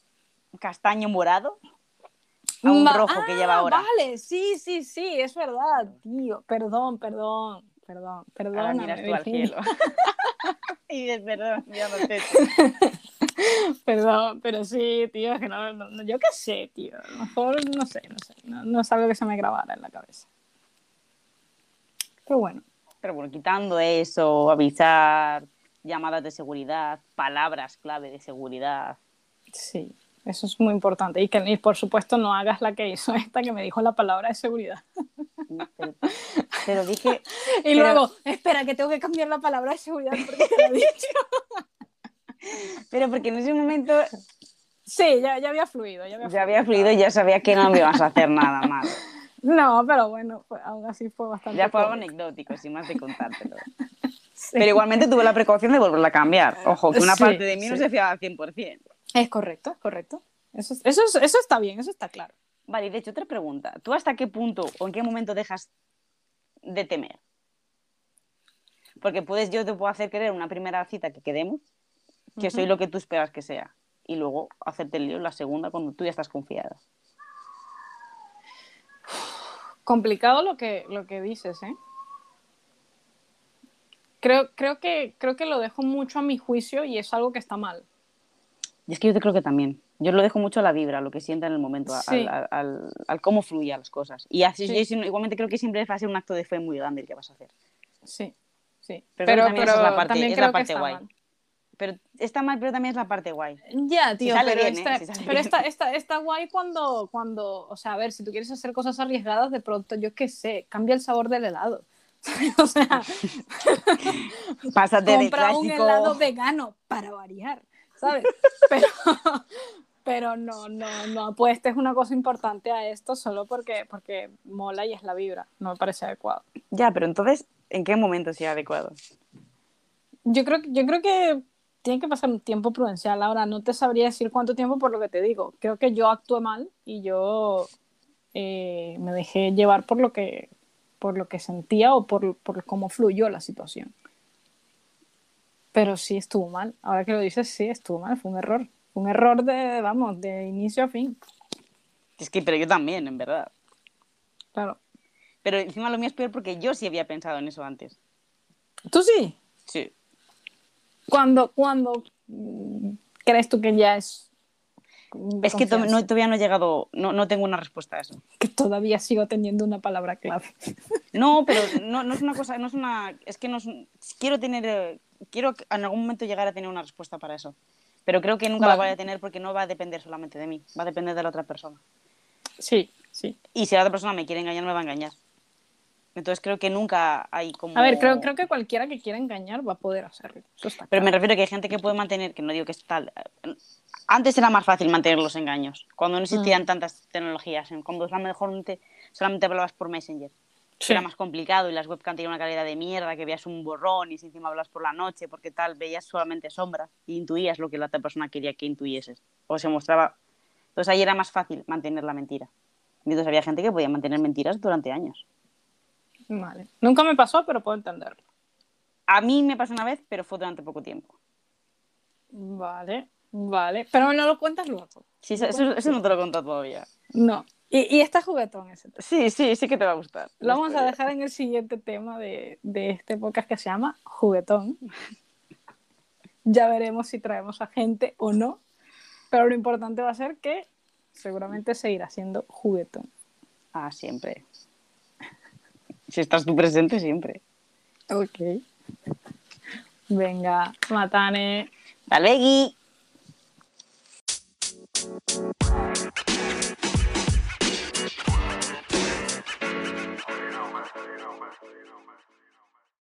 Speaker 2: castaño morado a un
Speaker 1: Ma-
Speaker 2: rojo que
Speaker 1: Ah,
Speaker 2: lleva ahora.
Speaker 1: Vale, sí, sí, sí, es verdad, tío. Perdón, perdón, perdón, perdón.
Speaker 2: Ahora miras tú al cielo. y dices, perdón, mirando al techo.
Speaker 1: Perdón, pero sí, tío, es que no, no- no- yo qué sé, tío. A lo mejor, no sé, no sé. No, no es algo que se me grabara en la cabeza. Pero bueno,
Speaker 2: Pero bueno, quitando eso, avisar, llamadas de seguridad, palabras clave de seguridad.
Speaker 1: sí, eso es muy importante. Y que y por supuesto no hagas la que hizo esta que me dijo la palabra de seguridad.
Speaker 2: Pero, pero dije,
Speaker 1: Y
Speaker 2: Pero-
Speaker 1: luego, espera, que tengo que cambiar la palabra de seguridad porque te la he dicho.
Speaker 2: pero porque en ese momento
Speaker 1: Sí, ya, ya había fluido, ya había
Speaker 2: ya había fluido y ya sabía que no me ibas a hacer nada mal.
Speaker 1: No, pero bueno, fue- aún así fue bastante.
Speaker 2: Ya fue algo
Speaker 1: cómico.
Speaker 2: anecdótico, sin más de contártelo.
Speaker 1: Sí.
Speaker 2: Pero igualmente tuve la precaución de volverla a cambiar. Ojo, que una
Speaker 1: Sí,
Speaker 2: parte de mí no
Speaker 1: sí.
Speaker 2: se fiaba al 100%.
Speaker 1: Es correcto, es correcto. Eso, es- eso, es- eso está bien, eso está claro.
Speaker 2: Vale, y de hecho, otra pregunta. ¿Tú hasta qué punto o en qué momento dejas de temer? Porque puedes, yo te puedo hacer creer en una primera cita que quedemos que soy lo que tú esperas que sea. Y luego hacerte el lío en la segunda cuando tú ya estás confiada.
Speaker 1: Complicado lo que, lo que dices, ¿eh? Creo, creo, que, creo que lo dejo mucho a mi juicio y es algo que está mal.
Speaker 2: Y es que yo te creo que también. Yo lo dejo mucho a la vibra, a lo que sienta en el momento, a-
Speaker 1: Sí.
Speaker 2: al, al- al cómo fluyen las cosas. Y así
Speaker 1: Sí.
Speaker 2: yo si- igualmente creo que siempre va a ser un acto de fe muy grande el que vas a hacer.
Speaker 1: Sí, sí.
Speaker 2: Pero también esa es la parte- es la parte guay.
Speaker 1: mal.
Speaker 2: Pero está mal, pero también es la parte guay.
Speaker 1: Ya, tío,
Speaker 2: sale
Speaker 1: pero,
Speaker 2: bien, ¿eh?
Speaker 1: está,
Speaker 2: Si sale
Speaker 1: pero
Speaker 2: bien.
Speaker 1: está, está- está guay cuando, cuando, o sea, a ver, si tú quieres hacer cosas arriesgadas, de pronto, yo qué sé, cambia el sabor del helado. o sea,
Speaker 2: Pásate de
Speaker 1: compra un helado
Speaker 2: clásico.
Speaker 1: vegano para variar, ¿sabes? Pero, pero no, no, no apuestes una cosa importante a esto solo porque, porque mola y es la vibra. No me parece adecuado.
Speaker 2: Ya, pero entonces, ¿en qué momento sea adecuado?
Speaker 1: Yo creo, que- yo creo que tiene que pasar un tiempo prudencial. Ahora no te sabría decir cuánto tiempo por lo que te digo. Creo que yo actué mal y yo eh, me dejé llevar por lo que por lo que sentía o por, por cómo fluyó la situación. Pero sí estuvo mal. Ahora que lo dices, sí estuvo mal. Fue un error. Fue un error de, vamos, de inicio a fin.
Speaker 2: Es que, pero yo también, en verdad.
Speaker 1: Claro.
Speaker 2: Pero encima lo mío es peor porque yo sí había pensado en eso antes.
Speaker 1: ¿Tú sí?
Speaker 2: Sí.
Speaker 1: ¿Cuándo, cuándo mm, crees tú que ya es? de
Speaker 2: Es que to-
Speaker 1: confianza?
Speaker 2: no, todavía no he llegado, no, no tengo una respuesta a eso.
Speaker 1: que todavía sigo teniendo una palabra clave.
Speaker 2: No, pero no, no es una cosa, no es una, es que no es un- quiero tener, eh, quiero que en algún momento llegar a tener una respuesta para eso. Pero creo que nunca la
Speaker 1: Vale.
Speaker 2: voy a tener porque no va a depender solamente de mí, va a depender de la otra persona.
Speaker 1: Sí, sí.
Speaker 2: Y si la otra persona me quiere engañar, me va a engañar. Entonces creo que nunca hay como...
Speaker 1: A ver, creo, creo que cualquiera que quiera engañar va a poder hacerlo. Eso está
Speaker 2: Pero me
Speaker 1: claro.
Speaker 2: refiero que hay gente que puede mantener, que no digo que es tal. Antes era más fácil mantener los engaños, cuando no existían tantas tecnologías, en- cuando a lo mejor no te- solamente hablabas por Messenger.
Speaker 1: Sí.
Speaker 2: Era más complicado y las webcam tenían una calidad de mierda, que veías un borrón y si encima hablabas por la noche, porque tal, veías solamente sombras y intuías lo que la otra persona quería que intuyeses. O se mostraba. Entonces ahí era más fácil mantener la mentira. Y entonces había gente que podía mantener mentiras durante años.
Speaker 1: Vale. Nunca me pasó, pero puedo entenderlo.
Speaker 2: A mí me pasó una vez, pero fue durante poco tiempo.
Speaker 1: Vale, vale. Pero no lo cuentas luego.
Speaker 2: Sí, eso, eso- eso no te lo he contado todavía.
Speaker 1: No. Y, y está juguetón ese tema.
Speaker 2: Sí, sí, sí que te va a gustar.
Speaker 1: Lo vamos a dejar en el siguiente tema de, de este podcast que se llama Juguetón. Ya veremos si traemos a gente o no. Pero lo importante va a ser que seguramente seguirá siendo juguetón.
Speaker 2: Ah, siempre. Si estás tú presente, siempre.
Speaker 1: Ok. Venga, matane.
Speaker 2: ¡Hasta luego!